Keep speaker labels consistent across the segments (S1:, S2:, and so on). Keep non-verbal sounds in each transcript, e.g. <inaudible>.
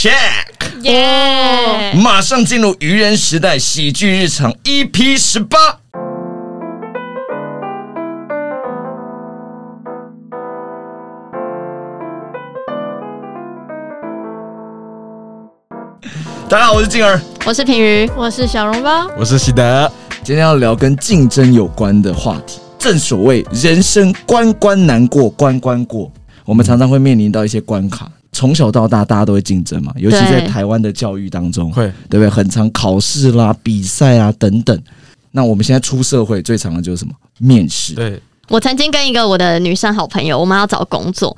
S1: Check，
S2: 耶！
S1: 马上进入愚人时代喜剧日常 EP 十八。大家好，我是静儿。
S2: 我是平鱼，我是小笼包。
S3: 我是喜德，
S1: 今天要聊跟竞争有关的话题。正所谓人生关关难过关关过，我们常常会面临到一些关卡。从小到大，大家都会竞争嘛，尤其在
S2: 对
S1: 台湾的教育当中，
S3: 会
S1: 对不对？很常考试啦、比赛啊等等。那我们现在出社会最常的就是什么？面试。
S3: 对
S2: 我曾经跟一个我的女生好朋友，我们要找工作，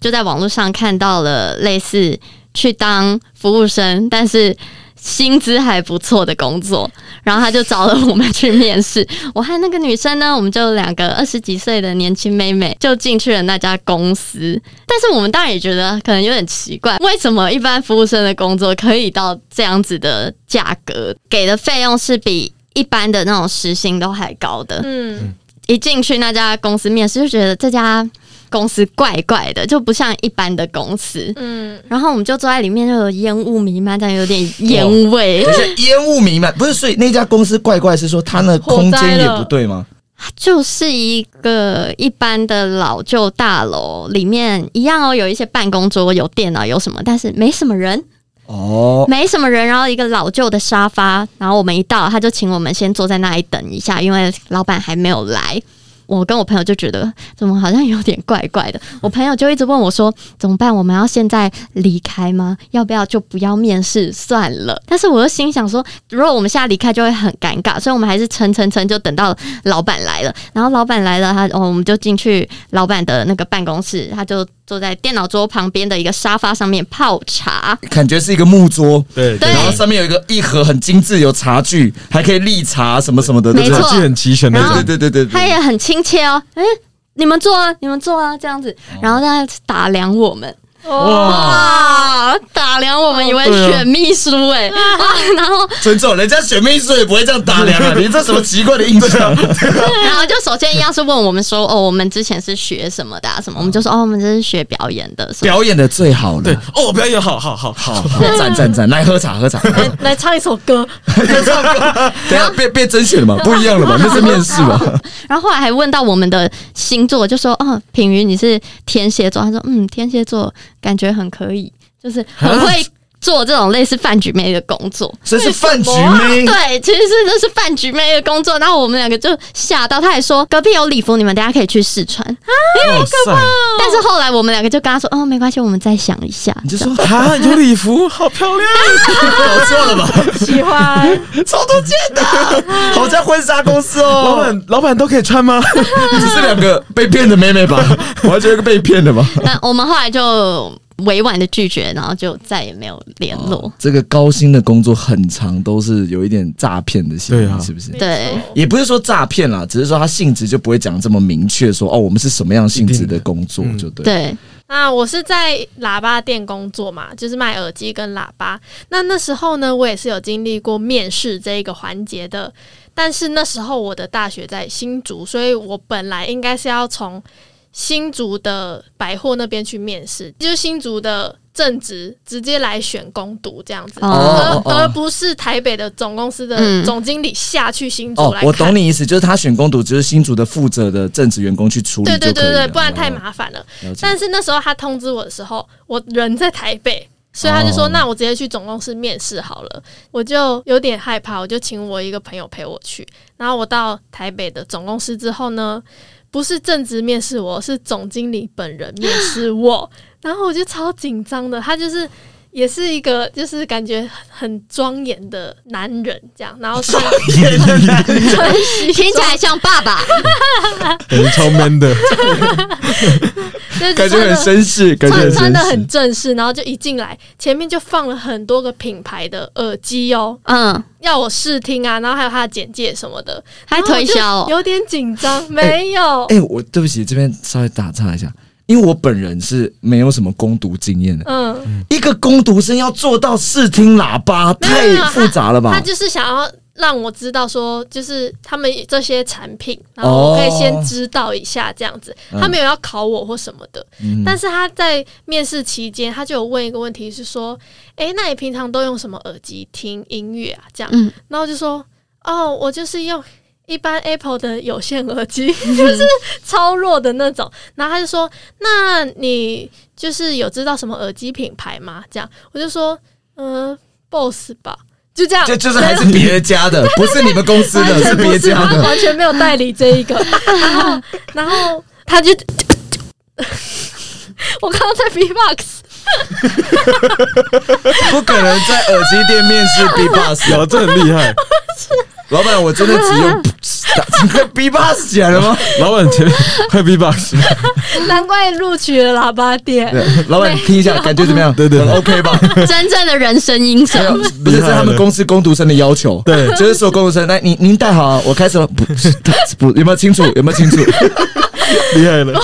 S2: 就在网络上看到了类似去当服务生，但是薪资还不错的工作，然后他就找了我们去面试。 <laughs> 我和那个女生呢，我们就两个二十几岁的年轻妹妹就进去了那家公司，但是我们当然也觉得可能有点奇怪，为什么一般服务生的工作可以到这样子的价格，给的费用是比一般的那种时薪都还高的？
S4: 嗯，
S2: 一进去那家公司面试，就觉得这家公司怪怪的，就不像一般的公司。
S4: 嗯，哦
S2: 然后我们就坐在里面，就有烟雾弥漫，但有点烟味，
S1: 等一下，烟雾弥漫，不是？所以那家公司怪怪是说它那空间也不对吗？
S2: 就是一个一般的老旧大楼，里面一样哦，有一些办公桌、有电脑、有什么，但是没什么人，
S1: 哦，
S2: 没什么人。然后一个老旧的沙发，然后我们一到，他就请我们先坐在那里等一下，因为老板还没有来。我跟我朋友就觉得怎么好像有点怪怪的，我朋友就一直问我说怎么办？我们要现在离开吗？要不要就不要面试算了？但是我又心想说，如果我们现在离开就会很尴尬，所以我们还是撑撑撑，就等到老板来了。然后老板来了，他哦，我们就进去老板的那个办公室，他就坐在电脑桌旁边的一个沙发上面泡茶。
S1: 感觉是一个木桌，
S3: 对
S2: 对
S1: 然后上面有一个一盒很精致，有茶具，还可以立茶什么什么的，
S2: 没
S1: 对不对
S2: 错
S3: 家具很齐全那
S2: 然后
S3: 种，
S1: 对对对对
S2: 他
S1: 对。
S2: 也很亲切哦，哎、你们坐啊，你们坐啊，这样子，
S1: 哦
S2: 然后在打量我们。
S4: 哇，
S1: 啊
S2: 哇，打量我们以为选秘书
S1: <laughs>
S2: 哎、哇然后
S1: 尊重人家选秘书也不会这样打量
S2: <laughs>
S1: 啊！你这什么奇怪的印象？
S2: 然后就首先一样是问我们说，哦，我们之前是学什么的、啊？什么？我们就说，哦，我们这是学表演的，什么？
S1: 表演的最好了，
S3: 对哦，表演好好好
S1: 好，
S3: 好，
S1: 好赞赞赞！来喝茶喝茶，啊
S4: 来 <laughs> 来唱一首歌，
S1: 等一下被被甄选了嘛？不一样了嘛？那是面试
S2: <laughs>
S1: 嘛？
S2: 然后后来还问到我们的星座，就说，哦，品瑜你是天蝎座，他说，嗯，天蝎座感觉很可以，就是很会做这种类似饭局妹的工作。
S1: 这是饭局妹，
S2: 对，其实是这是饭局妹的工作，然后我们两个就吓到，他还说隔壁有礼服，你们等下可以去试穿。
S3: 哇塞，
S2: 但是后来我们两个就跟他说，哦，没关系，我们再想一下。
S1: 你就说
S3: 啊，有礼服，好漂亮，
S1: 搞错了吧？
S4: 喜欢，
S1: <laughs> 超多见的， <laughs> 好像婚纱公司哦。
S3: 老板老板都可以穿 <laughs> 吗？
S1: 只是两个被骗的妹妹 <laughs> 吧？我还觉得被骗的吧。
S2: 但我们后来就委婉的拒绝，然后就再也没有联络。
S1: 这个高薪的工作很长，都是有一点诈骗的嫌疑，
S3: 对啊
S1: 是不是？
S2: <laughs> 对，
S1: 也不是说诈骗啦，只是说它性质就不会讲这么明确，说哦，我们是什么样性质的工作
S3: 一定，的
S1: 就对。
S2: 对，
S4: 那我是在喇叭店工作嘛，就是卖耳机跟喇叭。那那时候呢，我也是有经历过面试这一个环节的，但是那时候我的大学在新竹，所以我本来应该是要从新竹的百货那边去面试，就是新竹的正职直接来选攻读这样子，
S2: 哦
S1: 哦哦
S4: 而而不是台北的总公司
S2: 嗯
S4: 的总经理下去新竹
S1: 哦
S4: 来，看。
S1: 我懂你意思，就是他选工读，就是新竹的负责的正职员工去处理
S4: 对
S1: 就可以
S4: 对
S1: 了，
S4: 对对，不然太
S1: 哦。
S4: 麻烦了。
S1: 了解
S4: 但是那时候他通知我的时候，我人在台北，所以他就说：“
S1: 哦
S4: 那我直接去总公司面试好了。”我就有点害怕，我就请我一个朋友陪我去。然后我到台北的总公司之后呢，不是正职面试我，是总经理本人面
S1: <laughs>
S4: 试我。然后我就超紧张的，他就是。也是一个，就是感觉很庄严的男人这样，然后
S1: <laughs>
S4: 是
S2: 听起来像爸爸，
S3: 感觉超 man 的，
S4: 就是
S1: 感觉很绅士，感觉
S4: 穿
S1: 很
S4: 穿的
S1: 绅
S4: 很
S1: 士。
S4: 正式，然后就一进来，前面就放了很多个品牌的耳机哦，
S2: 嗯，
S4: 要我试听啊，然后还有他的简介什么的，
S2: 还推销
S4: 然后我
S2: 哦
S4: 就有点紧
S1: <laughs>
S4: 张，没有，
S1: 哎、我对不起，这边稍微打岔一下，因为我本人是没有什么攻读经验的，
S4: 嗯，
S1: 一个攻读生要做到试听喇叭，
S4: 没有没
S1: 太
S4: 有
S1: 复杂了吧
S4: 他？就是想要让我知道说，就是他们这些产品，然后我可以先知道一下这样子。
S1: 嗯
S4: 他没有要考我或什么的，
S1: 嗯
S4: 但是他在面试期间，他就有问一个问题是说，诶，那你平常都用什么耳机听音乐啊？这样，
S2: 嗯，
S4: 然后我就说，哦，我就是用一般 Apple 的有线耳
S1: <laughs>
S4: 机，就是超弱的那种。然后他就说，那你就是有知道什么耳机品牌吗？这样，我就说，嗯、b o s s 吧，就这样，
S1: 这就是还是别人家的，不是你们公司
S4: 完
S1: 的，
S4: 全
S1: 是
S4: 不
S1: 别
S4: 是
S1: 家
S4: 他
S1: 的。
S4: 完全没有代理这
S1: <laughs>
S4: 一个。然后，然后他就， <laughs> 我刚刚在 B box，
S1: 不可能在耳机店面试 B bus，
S3: 有这很厉害，
S1: 老板，我真的只用打，你快 B bus 起来了吗？
S3: 老板前面会 B box，
S4: 难怪录取了喇叭店。
S1: <laughs> 对，老板，你听一下，感觉怎么样？
S3: 对对对
S1: 很，OK <laughs> 吧？
S2: 真正的人生音
S1: <laughs> 没有
S2: 声，
S1: 不是是他们公司工读生的要求，
S3: 对
S1: 就是所有工读生，来您您带好、啊，我开始了，不是不有没有清楚？有没有清楚？
S3: 厉害了，
S4: <laughs>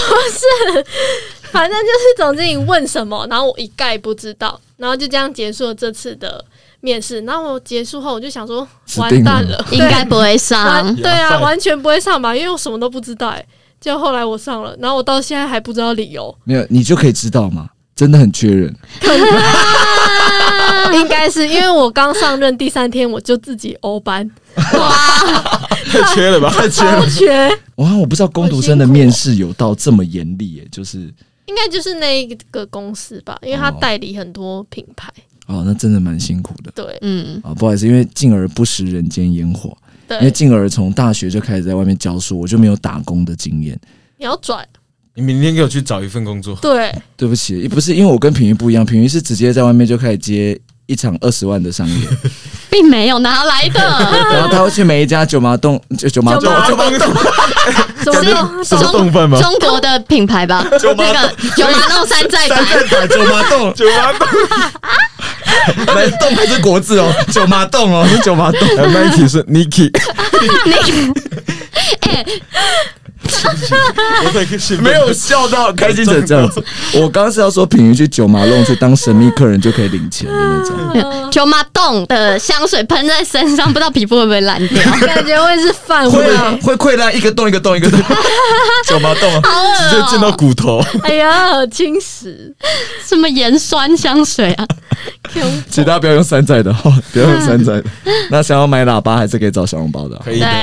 S4: 反正就是总之你问什么，然后我一概不知道，然后就这样结束了这次的面试。然后我结束后，我就想说，
S1: 死
S4: 完
S1: 定了
S4: 蛋 <laughs> 了，
S2: 应该不会上 <laughs>
S4: 完。对啊，
S3: 完蛋
S4: 完全不会上吧，因为我什么都不知道、欸。结果后来我上了，然后我到现在还不知道理由，
S1: 没有，你就可以知道嘛，真的很缺人。
S4: 应该是因为我刚上任第三天我就自己欧班，
S3: 太缺了吧，太缺
S4: 超缺，
S1: 哇，我不知道工读生的
S4: 好辛苦哦
S1: 面试有到这么严厉耶，就是
S4: 应该就是那一个公司吧，因为他代理很多品牌，
S1: 哦，那真的蛮辛苦的
S4: 对
S2: 嗯，
S1: 啊、不好意思，因为进而不食人间烟火，因为
S4: 对，
S1: 进而从大学就开始在外面教书，我就没有打工的经验。
S4: 你要转，
S3: 你明天给我去找一份工作，
S4: 对，
S1: 对不起，不是因为我跟品瑜不一样，品瑜是直接在外面就开始接一场二十万的商演。
S2: 并没有哪来的，
S1: <laughs> 然后他会去每一家九麻洞、九九麻洞、
S3: <laughs>
S4: 九麻
S1: 洞、
S4: 怎么弄
S2: 是
S3: 什么冻饭吗？
S2: 中国的品牌吧？那
S1: 九麻
S2: 个有马弄山寨版，
S1: 打九麻 <laughs> 洞，
S3: 九八洞，
S1: 来洞还是国字哦，九麻洞哦， <laughs> 是九麻洞。
S3: 还卖体是 Niki，我才跟
S1: <laughs> 没有笑到开心成这样子，我刚刚是要说品瑜去九麻洞去当神秘客人就可以领钱的那种，
S2: <laughs> 九马洞的香水喷在身上，不知道皮肤会不会烂掉，
S4: 感觉会是范
S1: <laughs> 会
S4: 围，
S1: 啊会溃烂，一个洞一个洞一个洞， <laughs> 九麻洞啊，
S2: 好
S1: <laughs>
S3: 直接
S2: 恶
S3: 见
S2: 哦、
S3: 到骨头，
S4: 哎呀，侵蚀。
S2: 什么盐酸香水啊？
S1: 请大家不要用山寨的 <laughs> 哈，不要用山寨的。那想要买喇叭还是可以找小笼包的啊，
S3: 可以的。
S4: 对，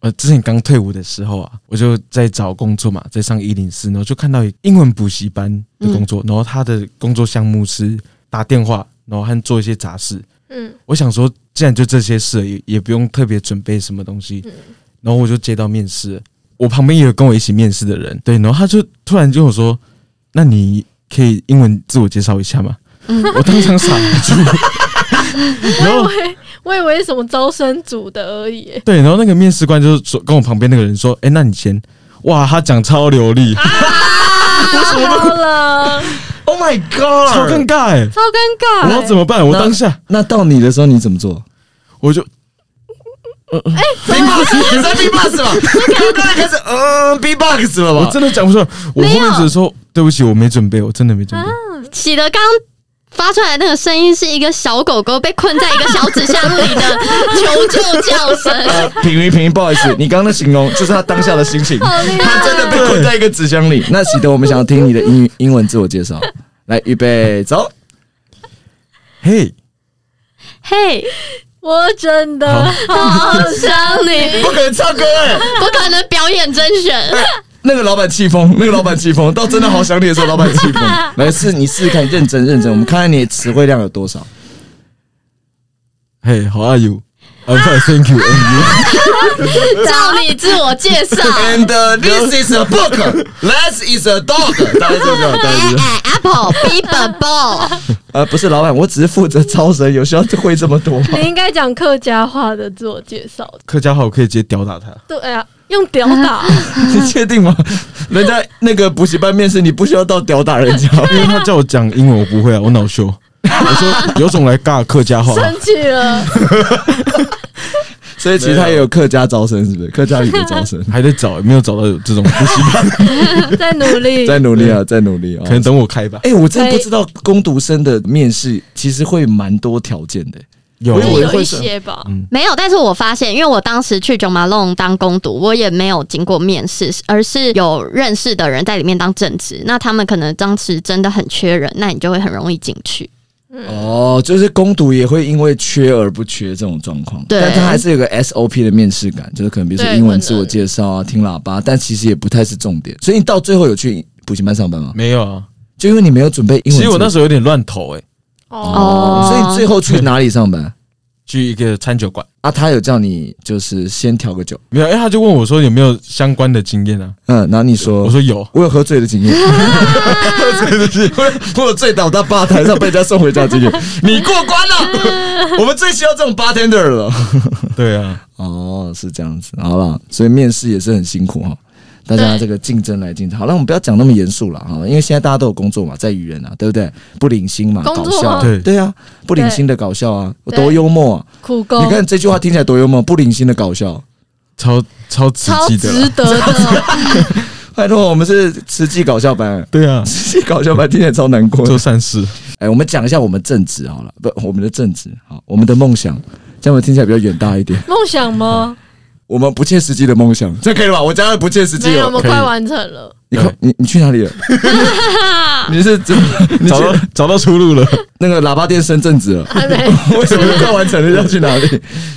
S3: 我之前刚退伍的时候啊，我就在找工作嘛，在上一零四，然后就看到一个英文补习班的工作，然后他的工作项目是打电话，然后和做一些杂事。
S4: 嗯，
S3: 我想说，既然就这些事了，也也不用特别准备什么东西，
S2: 嗯
S3: 然后我就接到面试了，我旁边也有跟我一起面试的
S2: 嗯
S3: 人，对，然后他就突然跟我说：“那你可以英文自我介绍一下吗？”
S2: 嗯
S3: 我当场傻
S2: <laughs>
S3: 住，然后
S4: 我以为是什么招生组的而已、
S3: 对，然后那个面试官就是说跟我旁边那个人说：“哎、那你先。”哇，他讲超流利，
S2: 啊
S4: 糟啊了，
S1: ，Oh my
S3: 超尴
S1: God！
S3: 尬哎、
S4: 超尴尬、欸
S2: 啊
S3: 我要怎么办？我
S1: 那
S3: 当下
S1: 那到你的时候你怎么做？
S3: 我就
S1: ，B box，你在 B box <laughs> 吧？我刚才开始嗯 B box 了
S3: 我
S1: 吧？
S3: 真的讲不出来，我
S2: 没
S3: 后
S2: 有啊
S3: 面只是说对不起，我没准备，我真的没准备。
S2: 喜德刚发出来的那个声音是一个小狗狗被困在一个小纸箱里 <laughs> 的求救叫声。
S1: 呃，平云平云，不好意 <laughs> 思，你刚刚的形容就是他当下的心情，他真的被困在一个纸箱里。那喜德，我们想要听你的英语英文自我 <laughs> 介绍，来，预备，走。
S3: 嘿，
S2: 嘿，
S4: 我真的
S3: 好
S2: 好想你，
S1: 不可能唱歌哎、
S2: 不可能表演甄 <laughs> 选。
S1: 那个老板气疯，那个老板气疯，到真的好想你的时候，老板气 <laughs> 疯。来，试你试试看，认真认真，我们看看你的词汇量有多少。
S3: 嘿，How are you? I'm fine, thank you. And you?
S2: 照你自我介绍。
S1: And、this uh, is a book, less is a dog。大概就这样，大概就这样。
S2: <laughs> 哎 Apple, Bieber, Ball，
S1: 呃，不是老板，我只是负责招生，有需要会这么多吗？
S4: 你应该讲客家话的自我介绍。
S3: 客家话我可以直接吊打他。
S4: 对啊，用屌 <laughs> 打，
S1: 你确定吗？人家那个补习班面试，你不需要到吊打人家。
S3: 因为他叫我讲英文，我不会啊，我恼羞。我说有种来尬客家话，，
S4: 生气了。
S1: 所以其实他也有客家招生，是不是？客家语的招生
S2: <laughs>
S3: 还在找，没有找到有这种补习班，
S4: 在努 <laughs> 力，
S1: 在努力啊，在努力啊。
S3: 可能等我开吧。
S1: 哎、我真的不知道攻读生的面试其实会蛮多条件的、
S3: 有
S1: 我以
S4: 就
S1: 为
S4: 有
S1: 会
S4: 一
S1: 是
S4: 些吧。
S2: 没有，但是我发现，因为我当时去九马弄当攻读，我也没有经过面试，而是有认识的人在里面当正职。那他们可能当时真的很缺人，那你就会很容易进去。嗯
S1: 哦，就是攻读也会因为缺而不缺这种状况，
S2: 对
S1: 但它还是有个 SOP 的面试感，就是可能比如说
S4: 对
S1: 英文
S4: 可能
S1: 自我介绍啊，听喇叭，但其实也不太是重点。所以你到最后有去补习班上班吗？
S3: 没有啊。
S1: 就因为你没有准备英文
S3: 其
S1: 自，
S3: 实我那时候有点乱投诶、欸
S4: 哦，
S2: 哦
S1: 所以你最后去哪里上班？
S3: 去一个餐酒馆，
S1: 啊，他有叫你就是先调个酒，
S3: 没有，哎、他就问我说有没有相关的经验啊？
S1: 嗯，然后你
S3: <laughs> 我
S1: 说
S3: 说有，
S1: 我有喝醉的经验， <laughs> 喝醉的经验，我有醉倒到吧台上被人家送回家的经验， <laughs> 你过关 <laughs> 了，我们最需要这种 bartender 了。
S3: 对啊，
S1: 哦，是这样子，好了，所以面试也是很辛苦哈、大家
S4: 对
S1: 这个竞争来竞争，好了，我们不要讲那么严肃了哈，因为现在大家都有工作嘛，在语言啊，对不对？不领薪嘛，
S4: 工
S1: 搞
S4: 作
S1: 笑，
S4: 吗
S3: 对
S1: 对啊，不领薪的搞笑啊，我多
S4: 对
S1: 幽默啊！
S4: 苦
S1: 你
S4: 工，
S1: 看这句话听起来多幽默，不领薪的搞笑，
S3: 超超刺
S4: 超
S3: 激的啊
S4: 值
S3: 啦，
S4: 得的，
S1: 拜托，我们是慈济搞笑班， <laughs>
S3: 对啊，
S1: 慈济搞笑班听起来超难过的
S3: 做善事，
S1: 哎，我们讲一下我们正职好了，不，我们的正职好，我们的梦想，这样我们听起来比较远大一点。
S4: 梦想吗？
S1: 我们不切实际的梦想，这样可以了吧？我加的不切实际
S4: 没有，我
S1: 哦。
S4: 们
S3: 可以
S4: 快完成了。
S1: 你看，你你去哪
S4: <laughs>
S1: 里了？你是 <laughs> 怎么？你去
S3: 找到找到
S1: <laughs>
S3: 出路了，
S1: 那个喇叭店升正职了？
S4: 还没，
S1: <laughs> 为什么快完成了要去 <laughs> 哪里？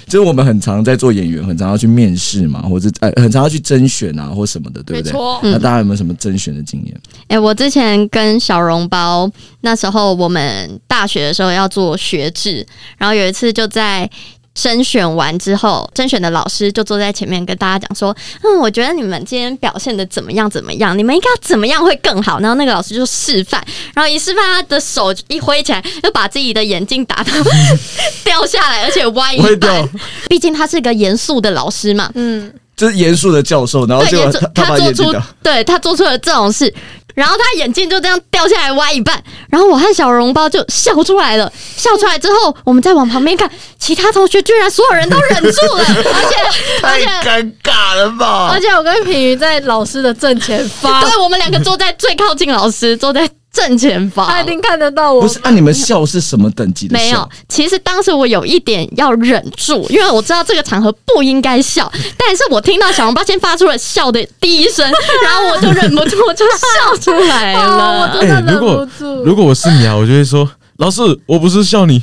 S1: 就是我们很常在做演员，很常要去面试嘛，或者哎、很常要去甄选啊，或什么的，对
S4: 没
S1: 不对？
S4: 错，嗯
S1: 那大家有没有什么甄选的经验？
S2: 诶、我之前跟小笼包那时候我们大学的时候要做学制，然后有一次就在。甄选完之后，甄选的老师就坐在前面跟大家讲说：“嗯，我觉得你们今天表现的怎么样怎么样，你们应该要怎么样会更好。”然后那个老师就示范，然后一示范，他的手一挥起来，就把自己的眼镜打到 <laughs> 掉下来，而且歪一
S1: 歪掉
S2: 半。毕竟他是一个严肃的老师嘛，
S4: 嗯，
S1: 就是严肃的教授，然后
S2: 对，
S1: 就
S2: 也做
S1: 哦他他把
S2: 做
S1: 眼睛
S2: 出
S1: 打，
S2: 对他做出了这种事，然后他眼镜就这样掉下来歪一半，然后我和小笼包就笑出来了。笑出来之后，我们再往旁边看，其他同学居然所有人都忍住了，
S1: <laughs>
S2: 而且而
S1: 太
S2: 且。
S1: 尴尬了吧
S4: 而？且我跟平鱼在老师的正前方，
S2: 对我们两个坐在最靠近老师，坐在正前方。
S4: 他一定看得到
S1: 不
S4: 我。
S1: 是，按、啊你们笑是什么等级的笑？
S2: 没有，其实当时我有一点要忍住，因为我知道这个场合不应该笑，但是我听到小笼包先发出了笑的第一
S1: <laughs>
S2: 声，然后我就忍不住我就笑出来
S4: 哦
S2: 了。
S4: 我真的忍
S3: 哎如
S4: 不
S3: 果
S4: 住。
S3: 如果我是你啊，我就会说老师，我不是笑你，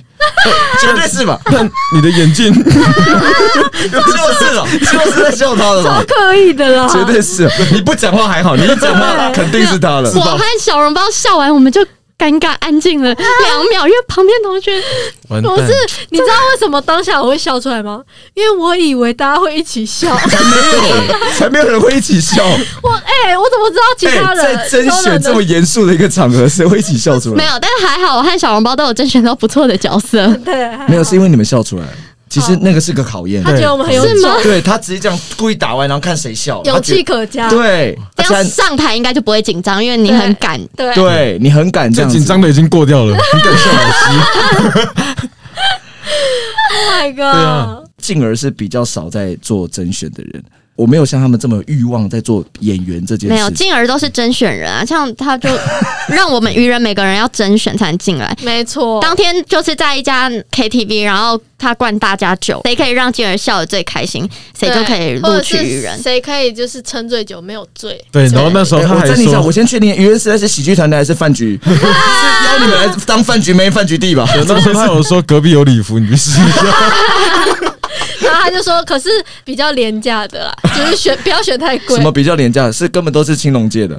S1: 绝对
S4: <laughs>
S1: 是吧？ <laughs>
S3: 但你的眼镜，
S1: 就是了，就是在笑他的
S4: <laughs>
S1: 吧？
S4: 刻意的啦，
S1: 绝对是，啊你不讲话还好，你一讲
S4: <laughs>
S1: 话肯定是他了。
S2: 我和小笼包笑完，我们就尴尬安静了两秒，因为旁边同学
S3: 完蛋
S4: 不，是，你知道为什么当下我会笑出来吗？因为我以为大家会一
S1: <laughs>
S4: 起笑。 <laughs>
S1: 才没有人会一起笑。哎
S4: 我哎、我怎么知道其他人、
S1: 在甄
S4: 都
S1: 选
S4: 忍
S1: 这
S4: 得
S1: 么严肃的一个场合，谁会一起笑出
S2: 没
S4: <laughs>
S1: 来？
S2: 有，但是还好，我和小笼包都有甄选到不错的角色。
S4: 对，还好
S1: 没有，是因为你们笑出来了。其实那个是个考验
S4: 他，觉得我们很有
S2: 是吗
S4: 种，
S1: 对他直接这样故意打歪，然后看谁笑，他
S4: 勇
S1: 觉
S4: 气
S1: 得
S4: 可嘉。
S1: 对，
S2: 这样
S1: 而且
S2: 上台应该就不会紧张，因为你
S4: 对
S2: 很敢。
S4: 对
S1: 他对你很敢这
S3: 最
S1: 样子
S3: 紧
S1: <laughs>
S3: 张的已经过掉了，你等笑老师，
S4: ，Oh my god！
S3: 啊
S1: 进而是比较少在做甄选的人。我没有像他们这么有欲望在做演员这件
S2: 没有，
S1: 事情。
S2: 进而都是甄选人啊，像他就让我们愚人每个人要甄选才能进来。
S4: 没错，
S2: 当天就是在一家 KTV，然后他灌大家酒，谁可以让进而笑得最开心，谁就可以
S4: 对或
S2: 录
S4: 者
S2: 取
S4: 是
S2: 愚人。
S4: 谁可以就是撑醉酒没有醉？
S3: <laughs> 对，然后那时候
S1: 哎
S3: 他
S1: 我
S3: 还
S1: 暂停一下，我
S3: 说，
S1: 先确定，愚人时代是喜剧团的还是饭局？是邀你们来当饭局没饭局地吧？
S3: 对那时候他有说隔壁有礼服，你去试一下， <laughs>
S4: 然后他就说，可是比较廉价的啦，
S1: <laughs>
S4: 就是选不要选太贵
S1: 什，么比较廉价？是根本都是青龙界的，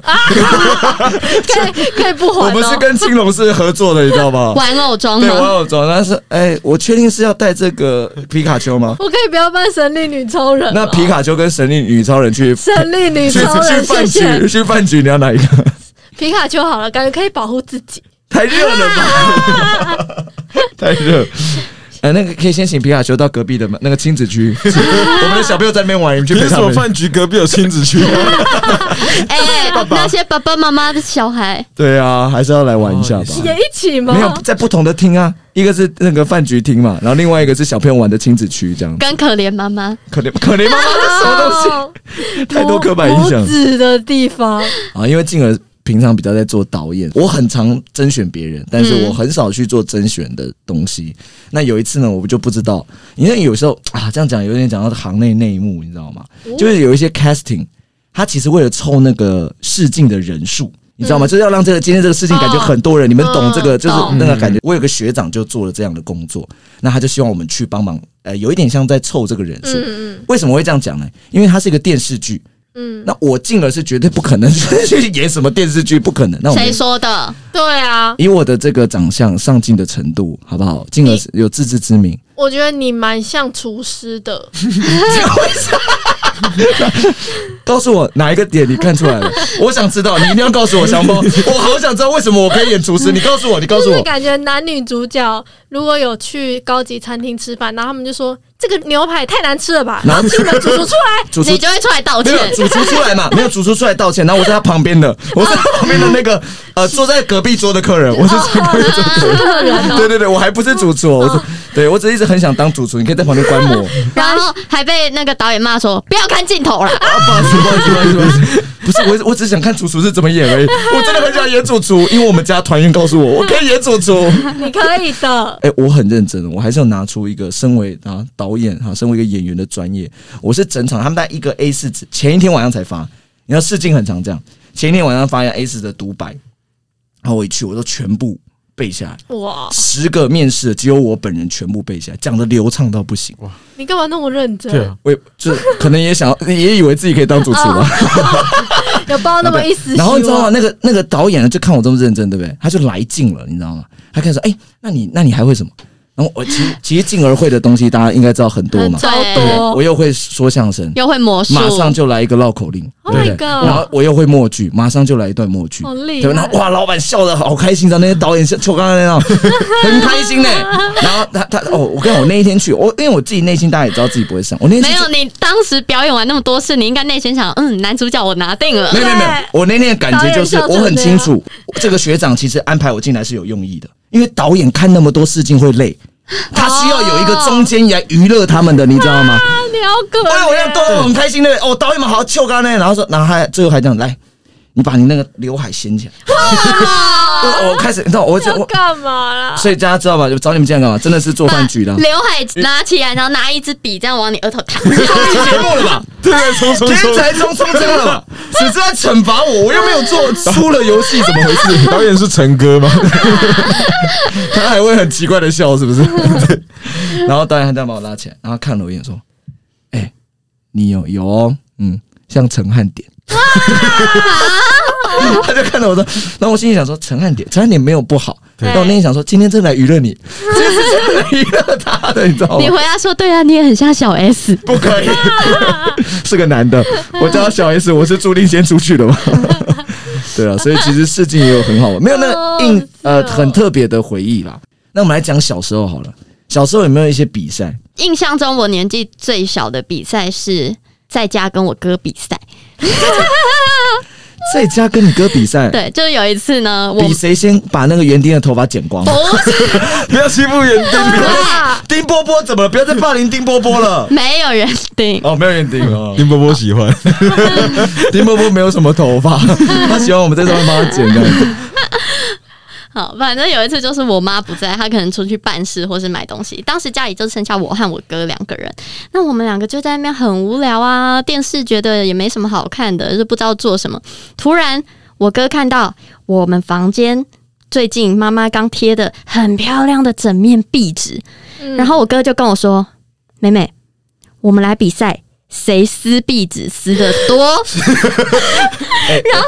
S4: 可以可以不
S1: 我
S4: 还
S1: 们是
S4: 哦。
S1: 跟青龙是合作的，你知道吗？
S2: 玩偶装
S1: 对，我
S2: 吗？
S1: 有装，但是哎、我确定是要带这个皮卡丘吗？
S4: 我可以不要扮神力女超人
S1: 那
S4: 了，
S1: 皮卡丘跟神力女超人去去
S4: 神力女
S1: 去
S4: 超
S1: 去
S4: 人，谢
S1: 饭
S4: 谢
S1: 局去饭局，你要哪一个？
S4: 皮卡丘好了，感觉可以保护自己。
S1: 太热了吧，太热。 <laughs> 哎、那个可以先请皮卡丘到隔壁的那个亲子区，我们的小朋友在那边玩，你们去
S3: 凭
S1: 陪
S3: 什
S1: 他
S3: 么
S1: 们。
S3: 饭局隔壁有亲子区？
S2: 哎、那些爸爸妈妈的小孩，
S1: 对啊，还是要来玩一下吧。
S3: 哦
S4: 也一起吗
S1: 没？有在不同的厅啊，一个是那个饭局厅嘛，然后另外一个是小朋友玩的亲子区，这样
S2: 跟可怜妈妈。
S1: 可怜可怜妈妈是什么东西？
S4: 哦
S1: <laughs> 太多刻板印象
S4: 拇指的地方，
S1: 啊！因为进而平常比较在做导演，我很常甄选别人，但
S4: 嗯
S1: 是我很少去做甄选的东西。那有一次呢，我就不知道，因为有时候啊，这样讲有点讲到行内内幕，你知道吗？
S4: 哦
S1: 就是有一些 casting，他其实为了凑那个试镜的人数。你知道吗？就是要让这个今天这个事情感觉很多人，你们懂这个，
S4: 哦嗯
S1: 就是
S2: 懂
S1: 那个感觉。我有个学长就做了这样的工作，那他就希望我们去帮忙，呃，有一点像在凑这个人数。
S4: 嗯嗯
S1: 为什么会这样讲呢？因为它是一个电视剧，
S4: 嗯，
S1: 那我进而是绝对不可能 <laughs> 去演什么电视剧，不可能。那我们
S2: 谁说的？
S4: 对啊，
S1: 以我的这个长相上镜的程度，好不好？进而是有自知之明， <laughs>
S4: 我觉得你蛮像厨师的，
S1: 告诉我哪一个点你看出来了？我想知道，你一定要告诉我，强波，我好想知道为什么我可以演厨 <laughs> 师。你告诉我，你告诉
S4: 就是
S1: 我，
S4: 感觉男女主角如果有去高级餐厅吃饭，然后他们就说这个牛排太难吃了吧，
S1: 然后
S4: 你们煮出出来，
S1: 主厨
S2: 你就会出来道
S1: 没
S2: 歉
S1: 有。主厨出 <laughs> 来嘛？没有主厨出来道歉，然后我在他旁边的，我是他旁边的那个 <laughs> 呃，坐在隔壁桌的客人，我是坐在隔壁桌的哦客人。对对对，我还不是主厨哦，我是对我只是一直很想当主厨，你可以在旁边观摩。
S2: 然后还被那个导演骂说不要看镜头啦，
S1: 啊，不好意思，不好意思，不好意思不好意思，不是我，我只想看主厨是怎么演而已。我真的很想演主厨，因为我们家团员告诉我，我可以演主厨。
S4: 你可以的。
S1: 哎、我很认真，我还是要拿出一个身为啊导演哈、啊，身为一个演员的专业，我是整场他们在一个 A 四纸，前一天晚上才发，你要试镜很常这样，前一天晚上发一张 A 四的独白，然后我一去，我都全部背下来，
S4: <laughs> 哇，
S1: 十个面试的只有我本人全部背下来，讲的流畅到不行。
S4: 你干嘛那么认
S3: <laughs>
S4: 真？
S3: 对啊，
S1: 我也就是可能也想要，也以为自己可以当主厨吧。
S4: 有抱那么一丝希
S1: 啊然后
S4: 望。
S1: 你知道吗？那个那个导演呢，就看我这么认真，对不对？他就来劲了，你知道吗？他开始说：“哎、那你那你还会什么？”然后我其实其实进而会的东西，大家应该知道很多嘛。
S2: 很
S4: 超
S1: 对不对
S4: 多
S1: 我又会说相声，
S2: 又会魔术，
S1: 马上就来一个绕口令，
S4: ，Oh
S1: 对不对？
S4: my god！
S1: 然后我又会默剧，马上就来一段默剧，
S4: 好厉害
S1: 对，然后哇，老板笑的好开心，然后那些导演像就刚刚那
S4: <laughs>
S1: 样，很开心呢、然后他他哦，我跟你讲我那一天去，我因为我自己内心大家也知道自己不会上，我那天去
S2: 没有，你当时表演完那么多次，你应该内心想，嗯，男主角我拿定了
S1: 没。有没有没有
S4: 对，
S1: 我那天的感觉就是
S4: 导演笑成
S1: 我很清楚，这个学长其实安排我进来是有用意的，因为导演看那么多事情会累，他需要有一个中间来娱乐他们的，你知道吗？
S4: 啊你好可
S1: 哎，我
S4: 怜
S1: 让都很开心的哦，导演们好好秀刚呢，然后说，然后还最后还这样来。你把你那个刘海掀起来，我我开始，你知道我就
S4: 要
S1: 我，
S4: 干嘛啦？
S1: 所以大家知道吧？就找你们这样干嘛？真的是做饭局的啊，
S2: 刘海拿起来，然后拿一支笔这样往你额头弹。
S1: 节目了吧？
S3: 对对，冲冲
S1: 天
S3: 冲！
S1: 才冲冲真了吧？只是在惩罚我，我又没有做输了游戏，怎么回事？
S3: <laughs> 导演是陈哥吗？
S1: <laughs> 他还会很奇怪的笑，是不是？ <laughs> 对。然后导演还这样把我拉起来，然后看了我一眼说：“哎、你有有哦，嗯，像陈汉典。” <laughs> 他就看着我说，然后我心里想说，陈汉典，陈汉典没有不好。
S3: 对
S1: 但我内心想说，今天真来娱乐你， <laughs> 今天是真来娱乐他的，你知道吗
S2: 你？回答说，对啊，你也很像小 S。
S1: 不可
S2: <laughs>
S1: 以，是个男的，我叫他小 S，我是注定先出去的
S2: <laughs>
S1: 嘛。对啊，所以其实试镜也有很好玩，没有那个印呃很特别的回忆啦。那我们来讲小时候好了，小时候有没有一些比赛？
S2: 印象中，我年纪最小的比赛是在家跟我哥比赛。
S1: 在家跟你哥比赛，
S2: 对，就是有一次呢，我
S1: 比谁先把那个园丁的头发剪光。
S2: 不是
S1: <laughs> 不要欺负园丁，不要
S2: <laughs>
S4: 哇
S1: 丁波波怎么了？不要再霸凌丁波波了。
S2: 没有人定，
S1: 哦，没有园丁哦，
S3: <laughs> 林伯伯喜欢，
S1: <laughs> 丁波波没有什么头
S2: <laughs>
S1: 发，他喜欢我们在上面帮他剪这样子。
S2: 好，反正有一次就是我妈不在，她可能出去办事或是买东西，当时家里就剩下我和我哥两个人。那我们两个就在那边很无聊啊，电视觉得也没什么好看的，就不知道做什么。突然，我哥看到我们房间最近妈妈刚贴的很漂亮的整面壁纸，
S4: 嗯
S2: 然后我哥就跟我说：“妹妹，我们来比赛。” <laughs> 谁撕壁纸撕的多？
S3: <laughs>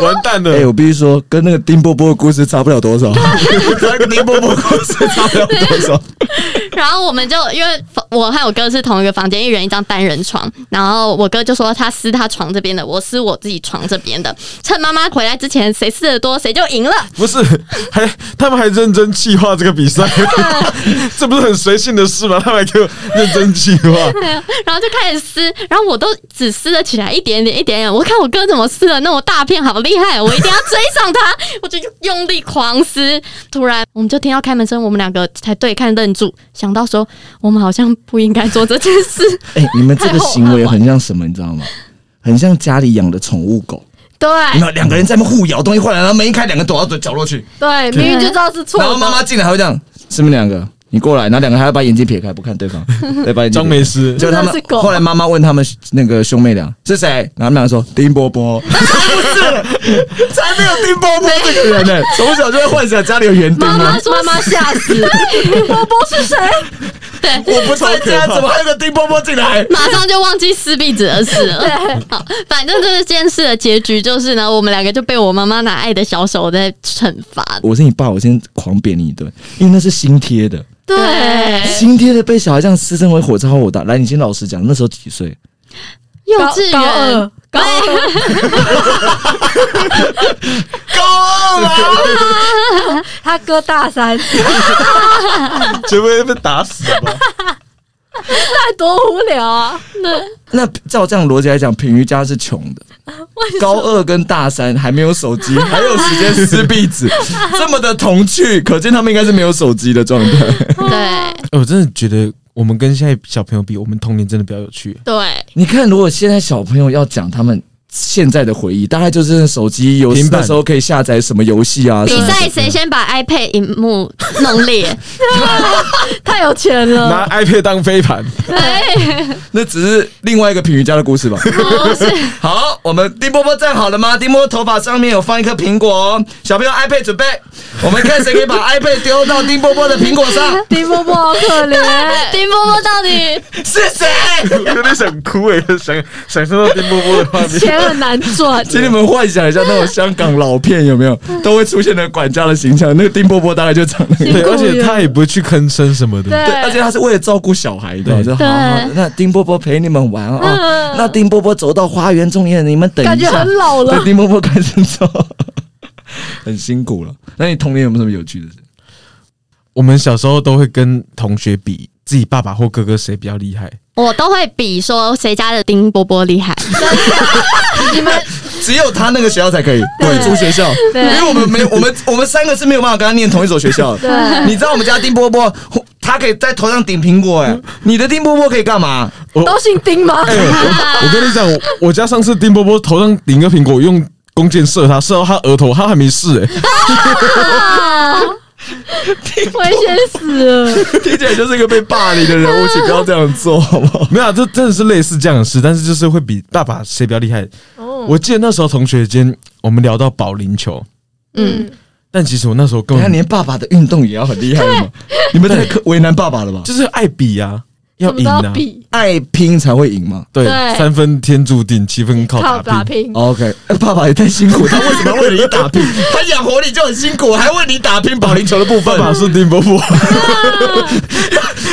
S3: 完蛋
S1: 哎、
S3: 了！
S1: 我必须说，跟那个丁波波的故事差不了多少， <laughs> 跟丁波波的故事差不了多少。
S2: <laughs> 然后我们就因为我和我哥是同一个房间，一人一张单人床。然后我哥就说他撕他床这边的，我撕我自己床这边的。趁妈妈回来之前，谁撕的多谁就赢了。 <laughs>
S3: 不是，还他们还认真计划这个比 <laughs> 赛，这不是很随性的事吗？他们还给我认真计 <laughs> 划，
S2: 对啊，然后就开始撕，然后我都只撕了起来一点点一点点。我看我哥怎么撕了那么大片，好厉害！我一定要追上他，我就用力狂撕。突然我们就听到开门声，我们两个才对看愣住，想到说我们好像不应该做这件事。
S1: 哎、你们这个行为很像什么，你知道吗？很像家里养的宠物狗。
S4: 对
S1: 有没有两个人在那边互咬东西坏了，然后门一开，两个躲到角落去，
S4: 对，明明就知道是错
S1: 然后妈妈
S4: 的，
S1: 进来还会这样，是你们两个，你过来，然后两个还要把眼睛撇开，不看对方，
S4: <laughs>
S1: 对，把眼睛
S3: 张
S1: 撇开
S3: 美诗，
S1: 就他们
S4: 真的是狗
S1: 后来妈妈问他们那个兄妹俩是谁，然后他们俩说丁波
S4: <laughs>
S1: 波，不是，才没有丁波波这个
S4: <laughs>
S1: 人呢、从小就会幻想家里有园丁啊
S4: 妈
S1: 吗
S4: 妈？妈妈吓死，波波是谁？
S1: 我不在家，怎么还有个丁波波进来？
S2: 马上就忘记撕壁纸的事 <laughs> 了。好，反正这件事的结局就是呢，我们两个就被我妈妈拿爱的小手在惩罚。
S1: 我是你爸，我先狂扁你一顿，因为那是新贴的，
S4: 对，
S2: 哎
S1: 新贴的被小孩这样撕，真为火柴火打。来，你先老实讲，那时候几岁？
S2: 幼
S4: 高
S2: 稚
S4: 高
S2: 园
S4: 二，高二，
S1: 高二了，
S4: 他哥大三，
S3: 绝对被打死吧？
S4: 那多无聊啊！
S1: 那照这样逻辑来讲，品瑜家是穷的。高二跟大三还没有手机，还有时间撕壁纸，这么的童趣，可见他们应该是没有手机的状态。
S2: <laughs> 对
S3: 哎我真的觉得我们跟现在小朋友比，我们童年真的比较有趣。
S4: 对，
S1: 你看，如果现在小朋友要讲他们现在的回忆，大概就是手机游戏
S3: 平板
S1: 那时候可以下载什么游戏啊？
S2: 比
S1: 什么
S2: 赛谁先把 iPad 荧幕弄裂，
S4: 太有钱了，
S3: 拿 iPad 当飞盘，
S1: 那只是另外一个品瑜家的故事吧。 <laughs> 好，我们丁波波站好了吗？丁波波头发上面有放一颗苹果、哦，小朋友 iPad 准备，我们看谁可以把 iPad 丢到丁波波的苹果上，
S4: 丁波波好可怜，
S2: 丁波波到底
S1: 是谁？
S3: 有点想哭哎、想想象到丁波波的画面。
S4: 钱很难赚，
S1: 请你们幻想一下那种香港老片有没有都会出现的管家的形象？那个丁波波大概就长那个样子。
S3: 对，而且他也不会去吭声什么的。
S1: 对，而且
S4: 对，
S1: 他是为了照顾小孩的，
S3: 对
S1: 我说好好，好
S2: 对
S1: 那丁波波陪你们玩啊、哦
S4: 嗯
S1: 那丁波波走到花园中间，你们等
S4: 感
S1: 一
S4: 觉
S1: 下
S4: 很。老
S1: 对，
S4: 了。
S1: 丁波波开始走，很辛苦了。那你童年有没有什么有趣的事？
S3: 我们小时候都会跟同学比自己爸爸或哥哥谁比较厉害。
S2: 我都会比说谁家的丁波波厉害。
S4: 你们
S1: 只有他那个学校才可以，贵族学校，因
S4: 对
S1: 为我们没有，我们我们三个是没有办法跟他念同一所学校的。
S4: 对
S1: 你知道我们家丁波波，他可以在头上顶苹果、哎，你的丁波波可以干嘛？
S3: 我
S4: 都姓丁吗？
S3: 哎、
S4: <laughs>
S3: 我我跟你讲，我我家上次丁波波头上顶个苹果，用弓箭射他，射到他额头，他还没事
S4: <laughs>
S3: 哎、
S4: 危险死了！
S1: 听起来就是一个被霸凌的人物，请不要这样做，好不好？
S3: 没有、啊，这真的是类似这样的事，但是就是会比爸爸谁比较厉
S4: 嗯
S3: 害。
S4: 哦
S3: 我记得那时候同学间我们聊到保龄球，
S2: 嗯，
S3: 但其实我那时候根
S1: 你看，
S3: 本
S1: 连爸爸的运动也要很厉害 <laughs> 吗？你们太可为难爸爸了吧？
S3: 就是爱比啊，要
S4: 我们
S3: 赢
S4: 都要
S3: 啊，
S4: 比，
S1: 爱拼才会赢嘛。
S3: 对，
S4: 对
S3: 三分天注定，七分靠
S4: 靠打
S3: 打拼。哦
S4: 拼。
S1: OK，哎爸爸也太辛苦，他为什么要为你 <laughs> 打拼？他养活你就很辛苦，还为你打拼保龄球的部分
S3: 爸。爸是丁波 <laughs> 波，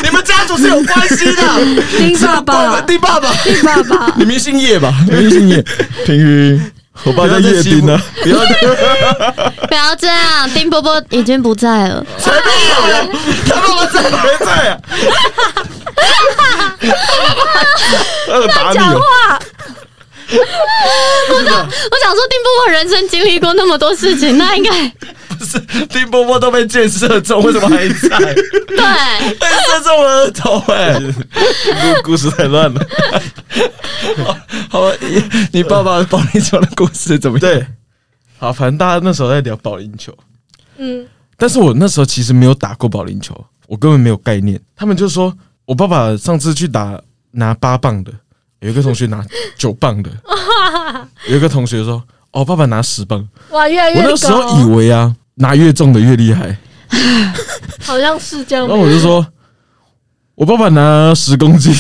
S1: 你们家族是有关系的，
S4: 丁爸
S1: 爸 <laughs>
S4: 爸，
S1: 丁爸爸，
S4: 丁爸爸，
S1: <laughs> 你们姓叶吧？
S3: 没信耶，平云，我爸叫叶丁啊，
S1: 不要再欺负，
S2: 不要这样，丁波波已经不在了。
S1: 才没有了，他爸爸怎么还在啊？
S3: 二打你
S4: 讲
S3: 哦。
S4: 话
S2: 我想说，丁波波人生经历过那么多事 <laughs> 情，那应该
S1: 不是 <laughs> 丁波波都被箭射中，为什么还 <laughs> 在？
S2: 对。
S1: 被射中了额头哎！ <laughs>
S3: 这个 <laughs> 故事太乱了。
S1: 好，你你爸爸保龄球的故事怎么样？
S3: 对，好，反正大家那时候在聊保龄球，
S4: 嗯，
S3: 但是我那时候其实没有打过保龄球，我根本没有概念。他们就说我爸爸上次去打拿八磅的，有一个同学
S4: <laughs>
S3: 拿九磅的，有一个同学说哦，爸爸拿十磅。
S4: 哇，越来
S3: 我
S4: 越
S3: 那时候以
S4: 高，
S3: 为啊，拿越重的越厉害，
S4: 好像是这样
S3: 然。后我就说。我爸爸拿十公斤，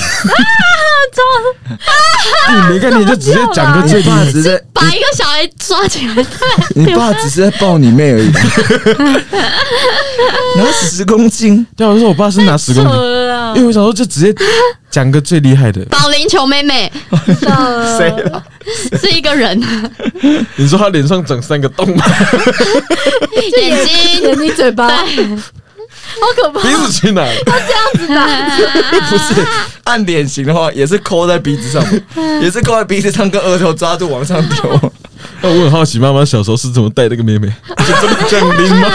S3: 你没概念就直接讲个最
S1: 你 <laughs>
S3: 低，
S1: 爸只是在，
S2: 把一个小孩抓起来，
S1: 你爸只是在抱你妹而已吧。然后十公斤，
S3: 对啊，我说我爸是拿十公斤，因为我想说就直接讲个最厉害的，
S2: 保龄球妹妹
S1: 谁
S4: 谁？
S1: 了？
S2: 是一个人，
S3: 你说他脸上整三个洞吗？ <laughs>
S2: 眼睛 <laughs>
S4: 眼睛、嘴巴，好可怕！
S3: 鼻子去哪里？
S1: 不是按脸型的话，也是抠在鼻子上嘛，也是抠在鼻子上，跟额头抓住往上丢。
S3: 那我很好奇，妈妈小时候是怎么带那个妹妹？就这么降临吗？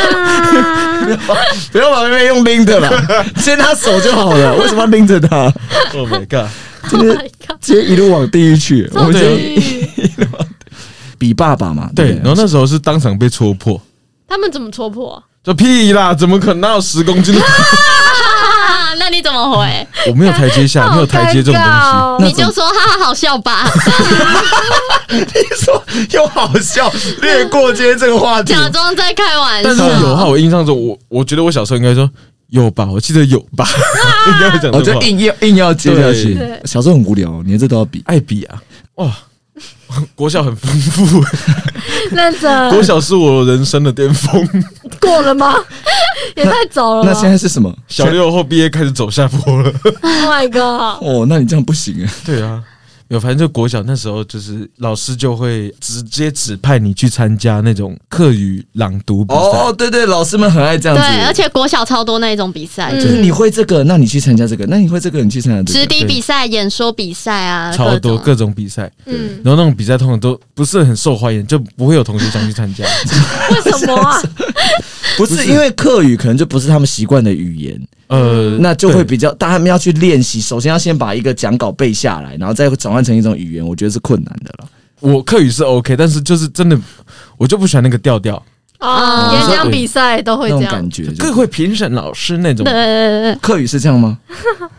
S1: <laughs> 不要把妹妹用拎的啦，牵她手就好了。为什么要拎着她？
S3: Oh my god！
S1: 今天
S4: Oh my god！
S3: <laughs>
S1: 今天一路往地狱去，我们今
S3: 对
S1: 天
S4: 地狱
S1: 比爸爸嘛，
S3: 对，
S1: 不
S3: 然后那时候是当场被戳破，
S4: 他们怎么戳破？啊
S3: 这屁啦，怎么可能哪有十公斤的？
S2: 啊，那你怎么回？
S3: 我没有台阶下，啊没有台阶这种东
S4: 哦
S1: 那
S2: 你就说哈哈好笑
S3: <laughs>
S2: 吧，
S1: <laughs> 你说又好笑，略过今天这个话题，
S2: 假装在开玩
S3: 西。但是有的话，
S2: 笑。
S3: 我印象中，我我觉得我小时候应该说有吧，我记得有吧，应该会讲
S1: 我
S3: 这
S1: 就
S3: 种话。
S1: 硬要硬要接下去
S4: 对。
S1: 小时候很无聊，连这都要比。
S3: 艾比啊，哇，国小很丰富，
S4: 那
S3: 国
S4: 这
S3: 小是我人生的巅峰，
S1: <laughs>
S4: 过了吗？也太早了吧
S1: 那现在是什么？
S3: 小六后毕业开始走下坡了。
S4: ！Oh my god！
S1: 哦，那你这样不行啊！
S3: 对啊，有，反正就国小那时候，就是老师就会直接指派你去参加那种课语朗读比
S1: <laughs>
S3: 赛。
S1: 哦，对对，老师们很爱这样子。
S2: 对，而且国小超多那一种比赛，
S4: 嗯
S1: 就是你会这个，那你去参加这个；那你会这个，你去参加这个。
S2: 直笛比赛、演说比赛啊，
S3: 超
S2: 各
S3: 多
S2: 种
S3: 各种比赛，
S4: 嗯，
S3: 然后那种比赛通常都不是很受欢迎，就不会有同学想去参加。
S4: 为什么啊？
S1: 不是因为课语可能就不是他们习惯的语言，
S3: 呃，
S1: 那就会
S3: 对
S1: 比较，但他们要去练习，首先要先把一个讲稿背下来，然后再转换成一种语言，我觉得是困难的了。
S3: 我课语是 OK，但是就是真的，我就不喜欢那个调调，
S4: 啊，
S2: 嗯
S4: 演讲比赛都会
S1: 那种
S4: 这样
S1: 感，觉就，
S3: 各会评审老师那种
S2: 对，对对对
S1: 课语是这样吗？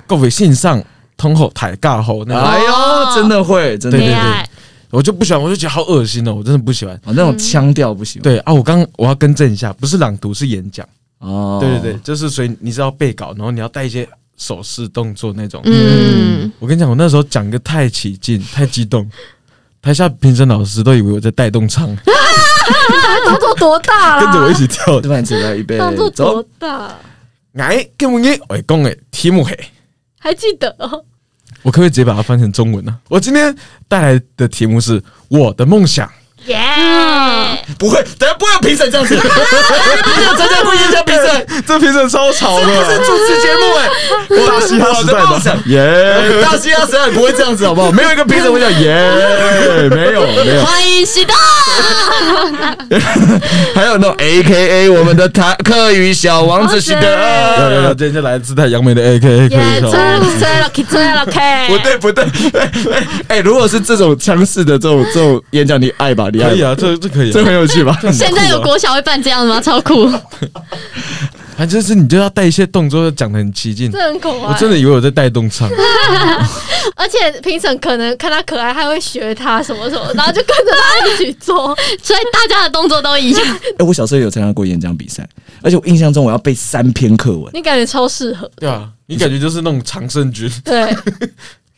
S3: 各位线上通后抬尬后那种，
S1: 哎
S2: 哦
S1: 呦，真的会，真的
S2: 对，
S3: 对对
S2: 恋
S1: 会
S2: 爱
S3: 我就不喜欢，我就觉得好恶心哦，我真的不喜欢。
S1: 哦，那
S4: 嗯
S1: 种腔调不行。
S3: 对啊，我刚我要更正一下，不是朗读是演讲。
S1: 哦，
S3: 对对对，，就是所以你是要背稿，然后你要带一些手势动作那种。
S2: 嗯，
S3: 我跟你讲，我那时候讲个太起劲，太激动，台下评审老师都以为我在带动唱，
S4: 动作多大
S2: 啊
S4: 啦？
S3: 跟着我一起跳
S1: 吃。饭吃来一杯
S4: 动作，多
S1: 走。
S4: 大？
S3: <laughs> 哎，跟我耶，我讲哎，题目嘿，
S4: 还记得哦？
S3: 我可不可以直接把它翻成中文呢、我今天带来的题目是我的梦想。
S4: 耶！
S1: 不会，等下不会有评审这样
S3: <laughs>
S1: 子，我参加过演讲比赛，
S3: 这评审超吵
S1: 不是
S3: 的，
S1: 主持节目哎，我
S3: <laughs> 大嘻哈时代
S1: 我的梦想
S3: 吧，
S1: <laughs>
S3: 耶！
S1: 大西亚实在不会这样子，好不好？没有一个评审
S3: <laughs>
S1: 会讲耶，没有没有。
S2: 欢迎喜大，
S1: <laughs> 还有那种 A K A 我们的塔克与小王子喜
S3: <laughs> 有有有，
S1: 德，
S3: 今天就来自太阳美的 A K A
S4: 耶！
S3: 可
S4: 追
S3: 以
S4: 了追了 K 追了
S1: <laughs>
S4: K！
S1: 不对不对，哎哎哎，如果是这种腔式的这种这种演讲，你爱吧，你
S3: 可
S1: 爱
S3: 以
S1: 吧，
S3: 啊，这这可以、
S1: 这
S3: 啊。
S1: 很有趣吧？
S2: <laughs> 现在有国小会办这样的吗？超酷，
S3: 反正就是你就要带一些动作，讲的很起劲。
S4: 这很可爱。
S3: 我真的，以为我在带动唱，
S4: 而且评审可能看他可爱，还会学他什么什么，然后就跟着他一起做。
S2: 所以大家的动作都一样。
S1: <laughs> 哎，我小时候有参加过演讲比赛，而且我印象中我要背三篇课文，
S4: 你感觉超适合，
S3: 对啊，你感觉就是那种常胜军，
S4: 对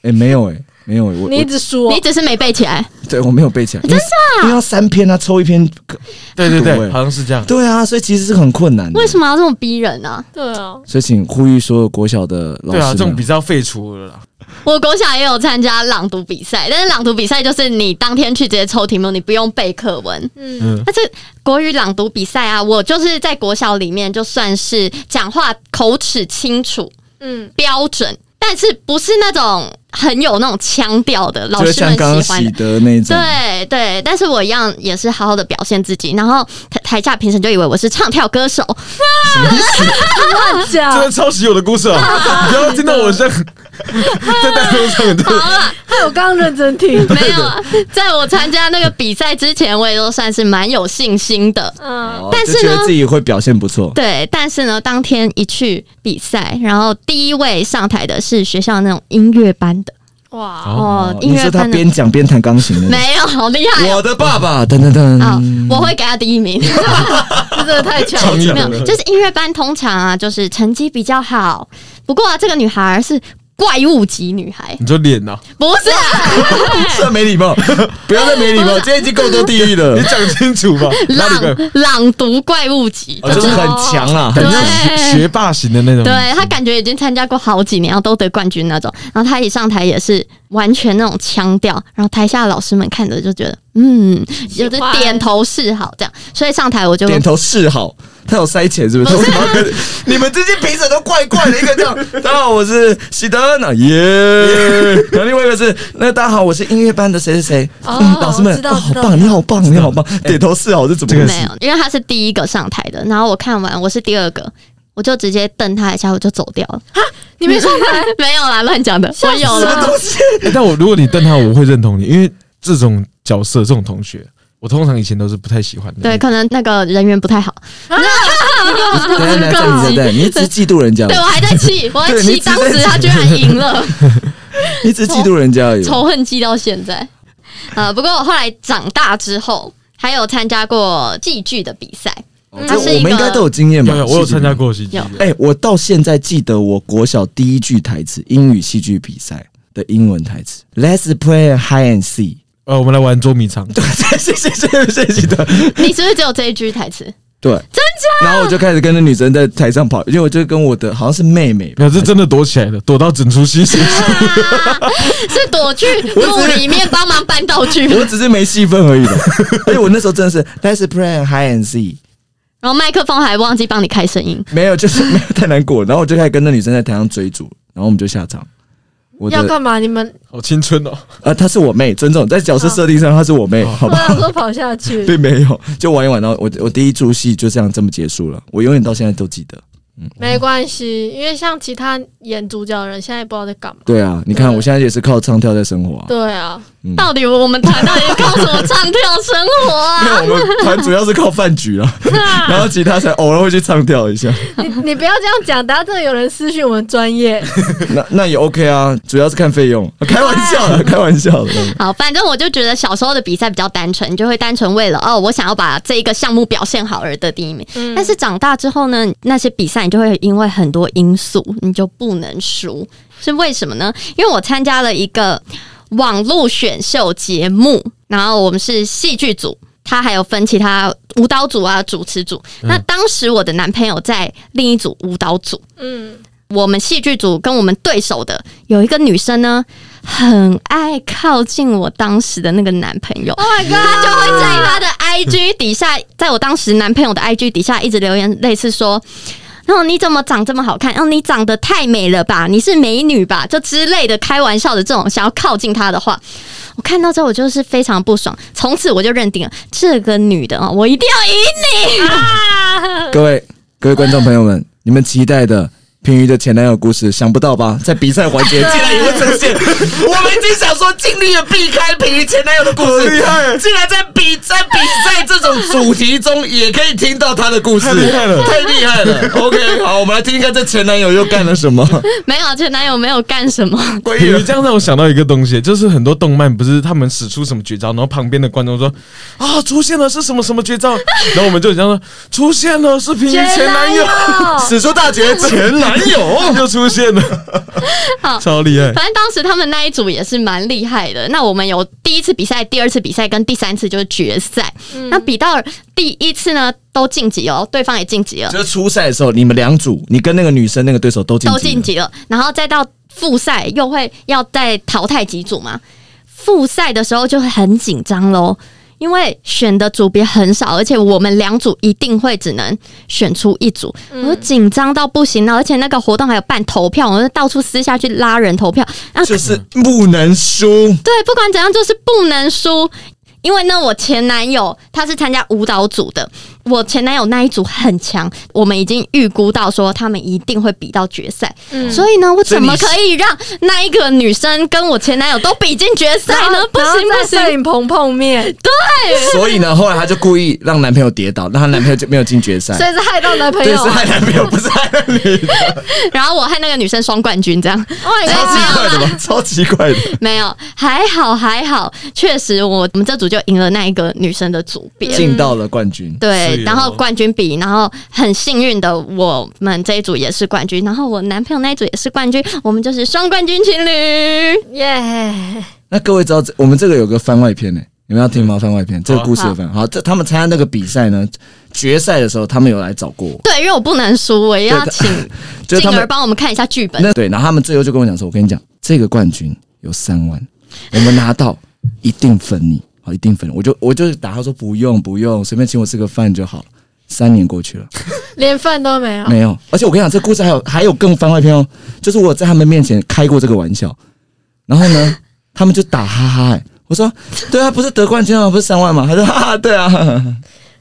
S1: 哎，没有哎。没有，我
S4: 你一
S1: 我
S4: 直输
S2: <laughs>
S4: 哦
S2: 你，只是没背起
S3: 嗯
S2: 来，
S1: 对我没有背起来，真的，因为要三篇啊，抽一篇课，
S3: <laughs> 对对
S1: 对
S3: 对，好像是这样。
S1: 对啊，所以其实是很困难的。
S2: 为什？么要这么逼人啊呢、
S4: 对哦，
S1: 所以请呼吁所有国小的老师
S3: 对啊，
S1: 们，
S3: 这种比赛要废除了啦。
S2: 我国小也有参加朗读比赛，但是朗读比赛就是你当天去直接抽题目，你不用背课文。
S4: 嗯，
S1: <laughs>
S3: 嗯，
S2: 但是国语朗读比赛啊，我就是在国小里面就算是讲话口齿清楚
S4: 嗯，
S2: 标准，但是不是那种很有那种腔调的老
S1: 就
S2: 师
S1: 像
S2: 们
S1: 刚刚
S2: 喜欢
S1: 喜
S2: 的。
S1: 德那种，
S2: 对对，但是我一样也是好好的表现自己，然后台台下评审就以为我是唱跳歌手，
S4: 乱
S3: 真
S4: 讲
S3: 的。抄袭我的故事啊！你不要听到 <laughs> 我像在带动唱，对，
S4: 哎害我刚刚认真听，
S2: 没
S1: <laughs>
S2: 有，啊在我参加那个比赛之前，我也都算是蛮有信心的。
S4: <laughs> 嗯，
S1: 哦
S2: 但是
S1: 就觉得
S2: 呢
S1: 自己会表现不错，
S2: 对，但是呢，当天一去比赛，然后第一位上台的是学校那种音乐班的
S4: 哇，
S3: 哦
S2: 哦，音
S1: 你
S2: 乐
S1: 说他
S2: 班的
S1: 边讲边弹钢琴的，
S2: 没有，好厉害
S1: 我
S2: 哦！
S1: 的爸爸，噔噔
S2: 啊、
S1: 噔，
S2: 我会给他第一名， <laughs>
S4: 这真的太强
S3: 创意
S4: 了。
S2: 没有，
S1: <laughs>
S2: 就是音乐班通常啊，就是成绩比较好。不过啊，这个女孩儿是怪物级女孩，
S3: 你说脸呐，
S2: 不是
S1: <laughs>
S2: 啊
S1: 算没礼貌， <laughs> 不要再没
S2: 哎
S1: 礼貌，今天已经够多地狱
S2: <laughs>
S1: 了
S3: 你，讲清楚吧。哪里怪
S2: 朗朗读怪物级，
S1: 哦就是很强啦，
S3: 感
S1: 很
S3: 觉
S2: 对啊
S3: 是学霸型的那种，
S2: 对他感觉已经参加过好几年，然后都得冠军那种。然后他一上台也是完全那种腔调，然后台下老师们看着就觉得，嗯，有的
S4: 欢
S2: 点头示好这样。所以上台我就
S1: 点头示好。他有塞钱是不是？为什么要跟你们这些评审都怪怪的，一个叫大家好，我是喜德呢，耶。然后另外一个是那个大家好，我是音乐班的谁谁谁。
S4: 哦
S1: 嗯，老师们，
S4: 知
S1: 哦
S4: 道
S1: 好
S4: 知道
S1: 棒，你好棒，你好棒。点头示好是怎么回事？
S2: 没有，因为他是第一个上台的。然后我看完我是第二个，我就直接瞪他一下，我就走掉了。
S4: 你没上台，
S2: <laughs> 没有啦，乱讲的，我有
S1: 什么
S2: 了。
S3: <laughs> 哎
S1: 东西？
S3: 欸但我如果你瞪他，我会认同你，因为这种角色、这种同学，我通常以前都是不太喜欢的。
S2: 对，可能那个人缘不太好。
S1: 等一下等一下等一下等一下，你一直嫉妒人家
S2: 对，我还在气，我还
S1: 对你
S2: 气
S1: 一直
S2: 当
S1: 在
S2: 时他居然赢
S1: <laughs>
S2: 了，
S1: 你一直嫉妒人家而已。
S2: 仇恨记到现在。呃，不过我后来长大之后，还有参加过戏剧的比赛，
S1: 哦
S2: 它
S1: 这
S2: 是一个
S1: 我们应该都有经验吧
S3: 有？有，我有参加过戏剧
S2: 有，
S1: 哎、我到现在记得我国小第一句台词，英语戏剧比赛的英文台词：“Let's play hide and seek。
S3: 呃，我们来玩捉迷藏，
S1: 对， <laughs> 谢谢谢谢谢谢的，
S2: 你是不是只有这一句台 <laughs> 词？
S1: 对，真假？然后我就开始跟着女生在台上跑，因为我就跟我的好像是妹妹吧，
S3: 没有，是真的躲起来的，躲到整出 <laughs> 戏结束。
S2: 啊 <laughs> 是躲去
S1: 我
S2: 幕
S1: 只是
S2: 里面帮忙搬道具吗
S1: 我只是没戏份而已 <laughs> 的。而且我那时候真的是 Let's play hide and seek，
S2: 然后麦克风还忘记帮你开声音，
S1: 没有就是没有太难过，然后我就开始跟那女生在台上追逐，然后我们就下场。 <laughs> 我
S4: 要
S1: 的
S4: 干嘛？你们
S3: 好青春哦！
S1: 呃，她是我妹，尊重在角色设定上她是我妹，好
S4: 我
S1: 吧？
S4: 想说跑 <laughs> 下去，
S1: 并没有，就玩一玩，然后我我第一出戏就这样这么结束了，我永远到现在都记得。
S4: 没关系，因为像其他演主角的人现在也不知道在干嘛。
S1: 对啊，你看
S4: 对
S1: 我现在也是靠唱跳在生活、啊。
S4: 对 <laughs> 啊，
S1: 嗯
S2: 到底我们团到底靠什么唱跳生活
S1: 没
S2: 啊？
S1: <laughs>
S2: <laughs>
S1: 有，我们团主要是靠饭局了，然后其他才偶尔会去唱跳一下，
S4: 你你不要这样讲，等下真的有人私讯我们专业。
S1: 那那也 OK 啊，主要是看费用， <laughs> 开玩笑的，开玩笑的。
S2: 好，反正我就觉得小时候的比赛比较单纯，你就会单纯为了哦，我想要把这一个项目表现好而得第一名。但是长大之后呢，那些比赛你就会因为很多因素，你就不能输，是为什么呢？因为我参加了一个网络选秀节目，然后我们是戏剧组。他还有分其他舞蹈组啊、主持组。那当时我的男朋友在另一组舞蹈组，
S4: 嗯，
S2: 我们戏剧组跟我们对手的有一个女生呢，很爱靠近我当时的那个男朋友。
S4: Oh my
S2: 她
S4: god！
S2: 就会在她的 IG 底下，在我当时男朋友的 IG 底下一直留言，类似说：“哦，你怎么长这么好看？哦，你长得太美了吧？你是美女吧？”就之类的开玩笑的这种想要靠近她的话，我看到之后我就是非常不爽。从此我就认定了这个女的啊，我一定要赢。
S4: 啊
S1: 各位各位观众朋友们，你们期待的平鱼的前男友故事，想不到吧？在比赛环节竟然也会出现，我们已经想说尽力的避开平鱼前男友的故 <laughs> 事，
S3: 厉害
S1: 竟然在比在比赛这种主题中也可以听到他的故事，太厉害了，太厉害了。OK，好，我们来听一看这前男友又干了 <laughs> 什么。
S2: <laughs> 没有前男友没有干什么，
S3: 比如这样让我想到一个东西，就是很多动漫不是他们使出什么绝招，然后旁边的观众说啊出现了是什么什么绝 <laughs> 招，然后我们就这样说出现了是平宜前男 <laughs> 友，
S1: 史书大姐前男友，
S3: 就出现 <laughs> 了，超厉害。
S2: <laughs> 反正当时他们那一组也是蛮厉害的。那我们有第一次比赛、第二次比赛跟第三次就是决赛。那比到第一次呢，都晋级哦，对方也晋级了，
S1: <laughs> 就是初赛的时候，你们两组，你跟那个女生那个对手都进
S2: 都晋级了。然后再到复赛，又会要再淘汰几组嘛。复赛的时候就会很紧张喽，因为选的组别很少，而且我们两组一定会只能选出一组，我紧张到不行了。而且那个活动还有办投票，我就到处私下去拉人投票，那
S1: 就是不能输。
S2: 对，不管怎样，就是不能输。因为呢，我前男友他是参加舞蹈组的，我前男友那一组很强，我们已经预估到说他们一定会比到决赛，
S4: 嗯
S2: 所以呢，我怎么
S1: 所
S2: 可以让那一个女生跟我前男友都比进决赛
S4: 然
S2: 呢
S4: 后？
S2: 不
S4: 然后
S2: 行不
S4: 在摄
S2: 行，
S4: 影棚碰面，
S1: 所以呢，后来她就故意让男朋友跌倒，让她男朋友就没有进决赛。
S4: 所以是害到男朋
S1: 对，
S4: 友
S1: 是。害男朋友，不是害你，
S2: <laughs> 然后我和那个女生双冠军这样。
S4: Oh my
S1: 超
S4: god！
S1: 奇怪的
S3: <laughs>
S1: 吧？超奇怪的。
S2: 没有，还好还好，确实我我们这组就赢了那一个女生的组别，
S1: 进到了冠军，
S2: 对
S3: 是，
S2: 然后
S3: 哦
S2: 冠军比，然后很幸运的，我们这一组也是冠军，然后我男朋友那一组也是冠军，我们就是双冠军情
S1: <laughs>
S2: 侣。
S4: 耶！
S1: 那各位知道这我们这个有个番外篇呢、你们要听吗？番外篇这个
S3: 好啊
S1: 故事的番好，这他们参加那个比赛呢，决赛的时候他们有来找过我，
S2: 对，因为我不能输，我也要
S1: 对
S2: 请
S1: <laughs> 就是
S2: 静
S1: 他
S2: 儿
S1: 们
S2: 帮我们看一下剧本。
S1: 那对，然后他们最后就跟我讲说，我跟你讲，这个冠军有三万，我们拿到一定分你，好，一定分你。我就我就打他说不用不用，随便请我吃个饭就好了。三年过去了，
S4: 连饭都没有，
S1: 没有。而且我跟你讲，这故事还有还有更番外篇哦，就是我在他们面前开过这个玩笑，然后呢，他们就打哈哈、欸。我说，对啊，不是得冠军了吗？不是三万吗？他说，哈、哈，对啊，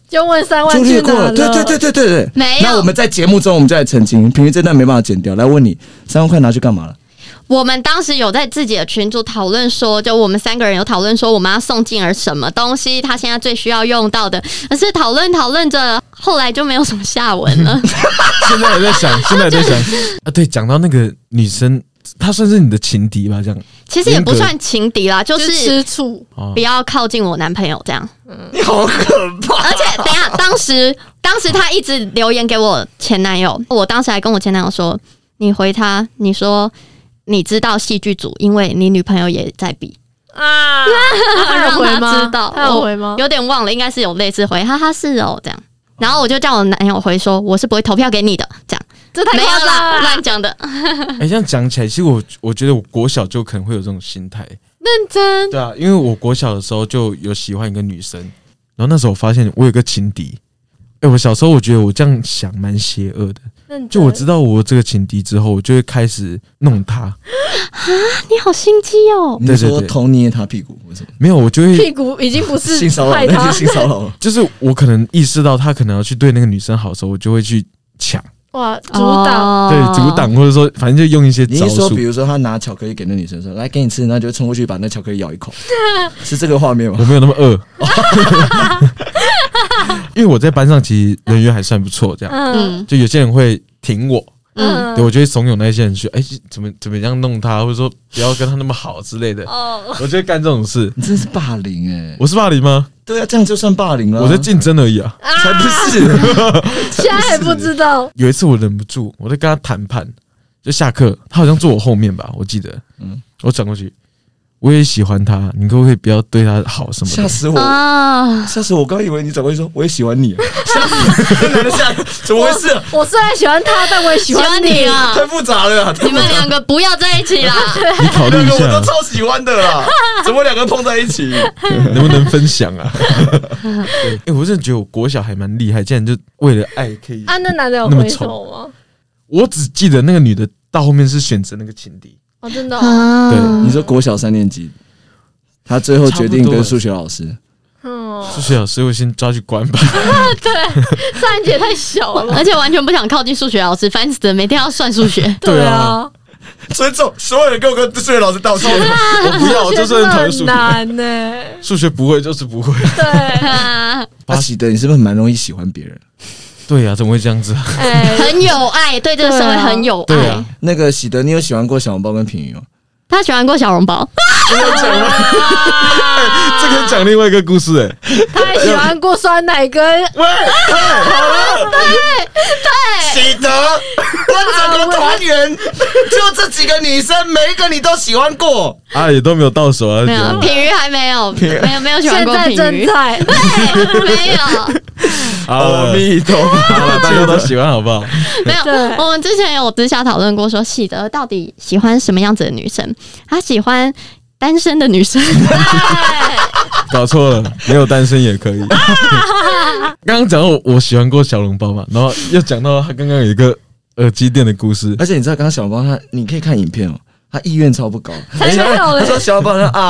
S4: 就问三万
S1: 就
S4: 去
S1: 略过
S4: 哪
S1: 了。对对对对对对。
S2: 啊没有
S1: 那我们在节目中，我们就来澄清，平时这段没办法剪掉。来问你，三万块拿去干嘛了？
S2: 我们当时有在自己的群组讨论说，就我们三个人有讨论说，我们要送静儿什么东西，她现在最需要用到的。可是讨论讨论着，后来就没有什么下文
S1: <laughs>
S2: 了。
S3: 现在还在
S2: <laughs>
S3: 想，现在还在想啊。对，讲到那个女生，她算是你的情敌吧？这样
S2: 其实也不算情敌啦，就
S4: 就是吃醋，
S3: 啊
S2: 不，要靠近我男朋友这样。
S1: 你好可怕！
S2: 而且等一下，当时当时他一直留言给我前男友，我当时还跟我前男友说：“你回他，你说你知道戏剧组，因为你女朋友也在比。”
S4: 啊， <laughs> 他有
S2: 让
S4: 回吗？
S2: 他知道，哦
S4: 他有回吗
S2: 我？有点忘了，应该是有类似回，哈哈是哦这样。然后我就叫我男友回说，我是不会投票给你的，这样
S4: 这太
S2: 没有
S4: 夸张
S2: 啦，
S4: 了
S2: 乱，讲的。
S3: 哎、这样讲起来，其实我我觉得我国小就可能会有这种心态。
S4: 认真
S3: 对啊，因为我国小的时候就有喜欢一个女生，然后那时候我发现我有个情敌。哎、我小时候我觉得我这样想蛮邪恶的，
S4: 认真，
S3: 就我知道我这个情敌之后，我就会开始弄她。
S2: 你好心机哦，
S1: 你
S3: 对对
S1: 说
S3: 对
S1: 偷捏他屁股或什么？
S3: 没有，我就会
S4: 屁股已经不是
S1: 性骚扰，
S4: 害
S1: 那
S4: 他
S1: 就性骚扰了。
S3: 就是我可能意识到她可能要去对那个女生好的时候，我就会去抢，
S4: 哇，阻挡
S2: 哦
S3: 对，阻。挡或者说反正就用一些
S1: <laughs> 你
S3: 招
S1: 是说，
S3: 数
S1: 比。如说他拿巧克力给那女生说：“来给你吃。”然后就冲过去把那巧克力咬一
S4: <laughs>
S1: 口，是这个画面
S3: 我
S1: 吗？
S3: 没有那么饿， <laughs> 因为我在班上其实人缘还算不错，这样
S4: 嗯
S2: 嗯
S3: 就有些人会挺我，
S2: 嗯，
S3: 对，我
S4: 嗯，
S3: 就会怂恿那些人去，哎、怎么怎么样弄他，或者说不要跟他那么好之类的，
S2: 嗯
S4: 哦，
S3: 我就会干这种事。
S1: 你真是霸凌哎、
S3: 我是霸凌吗？
S1: 对啊，这样就算霸凌了。
S3: 我在竞争而已啊。
S1: 才不
S2: <laughs>
S1: 是，
S4: 现在还不知道，
S3: 有一次我忍不住，我在跟他谈判，就下课，他好像坐我后面吧，我记得，
S1: 嗯
S3: 嗯，我转过去，我也喜欢他，你可不可以不要对他好什么
S1: 吓
S3: 的？
S1: 死我！
S2: 啊，
S1: 吓死我！我刚以为你怎么会说我也喜欢你，吓死我！男的吓， <laughs> 怎么回事？啊
S4: 我虽然喜欢他，但我也喜
S2: 喜欢
S4: 欢你
S2: 你。啊！
S1: 太复杂了，太
S2: 你
S1: 复杂
S2: 们两个不要在一起啦！
S3: 你考虑
S1: 两
S3: 一
S1: 个我
S3: 下
S1: <laughs> 都，超喜欢的啦，怎么两个碰在一起？
S3: <laughs> 能不能分享啊？对，哎、我真的觉得我国小还蛮厉害，竟然就为了爱可以。
S4: 啊，那男的有
S3: 那么
S4: 回
S3: 丑
S4: 头吗？
S3: 我只记得那个女的到后面是选择那个情敌，
S4: 哦，真的哦，
S2: 啊，
S3: <laughs> 对
S1: 你说国小三年级，他最后决定
S3: 差不多
S1: 跟
S3: 了
S1: 数学老师，
S4: 嗯，
S3: 数学老师我先抓去关吧。
S4: 三人姐太
S2: <laughs>
S4: 小了吧，
S2: 而且完全不想靠近数学老师，烦死了，每天要算数
S4: <laughs>
S2: 学。
S3: 对
S4: 啊
S3: 啊，
S1: 尊重所有人跟我跟数学老师道歉。
S3: 我不啊要，我就是很讨厌数
S4: 真的很
S3: 学，
S4: 难呢，
S3: 数学不会就是不会。
S2: <laughs>
S4: 对，
S2: 哎
S4: 啊
S1: 巴喜德，你是不是蛮容易喜欢别人？
S3: <laughs> 对啊呀、怎么会这样子？
S4: 哎，
S2: 很有爱，对这个社会很有
S3: <laughs> 对
S2: 爱
S3: 啊。
S1: 那个喜德，你有喜欢过小笼包跟平鱼吗？
S2: 他喜欢过小笼包，
S3: 哎这可以讲另外一个故事哎、
S4: 他还喜欢过酸奶跟
S1: 喜德，我整个团员就这几个女生，每一个你都喜欢过。
S3: 啊，也都没有到手啊。
S2: 没有
S3: 就
S2: 品鱼还没有，
S1: 鱼
S2: 没有没有喜欢
S4: 现
S2: 过
S4: 在
S2: 品
S4: 正
S2: 鱼，
S4: 在，
S2: 对， <laughs> 没有。
S3: 好了，
S1: 陀
S3: 好了，大家都喜欢好不好？
S2: 没有
S4: 对，
S2: 我们之前有私下讨论过，说喜德到底喜欢什么样子的女生？他喜欢单身的女
S4: <laughs>
S2: 生，
S3: <laughs> 搞错了，没有单身也可以。 <laughs> 刚刚讲到我我喜欢过小笼包嘛，然后又讲到他刚刚有一个耳机店的故事，
S1: 而且你知道，刚刚小笼包他，你可以看影片哦，他意愿超不高。
S4: 才没
S1: <laughs>
S4: <laughs> 有
S1: 他
S4: 嘞
S1: 说小笼包他 <laughs> 啊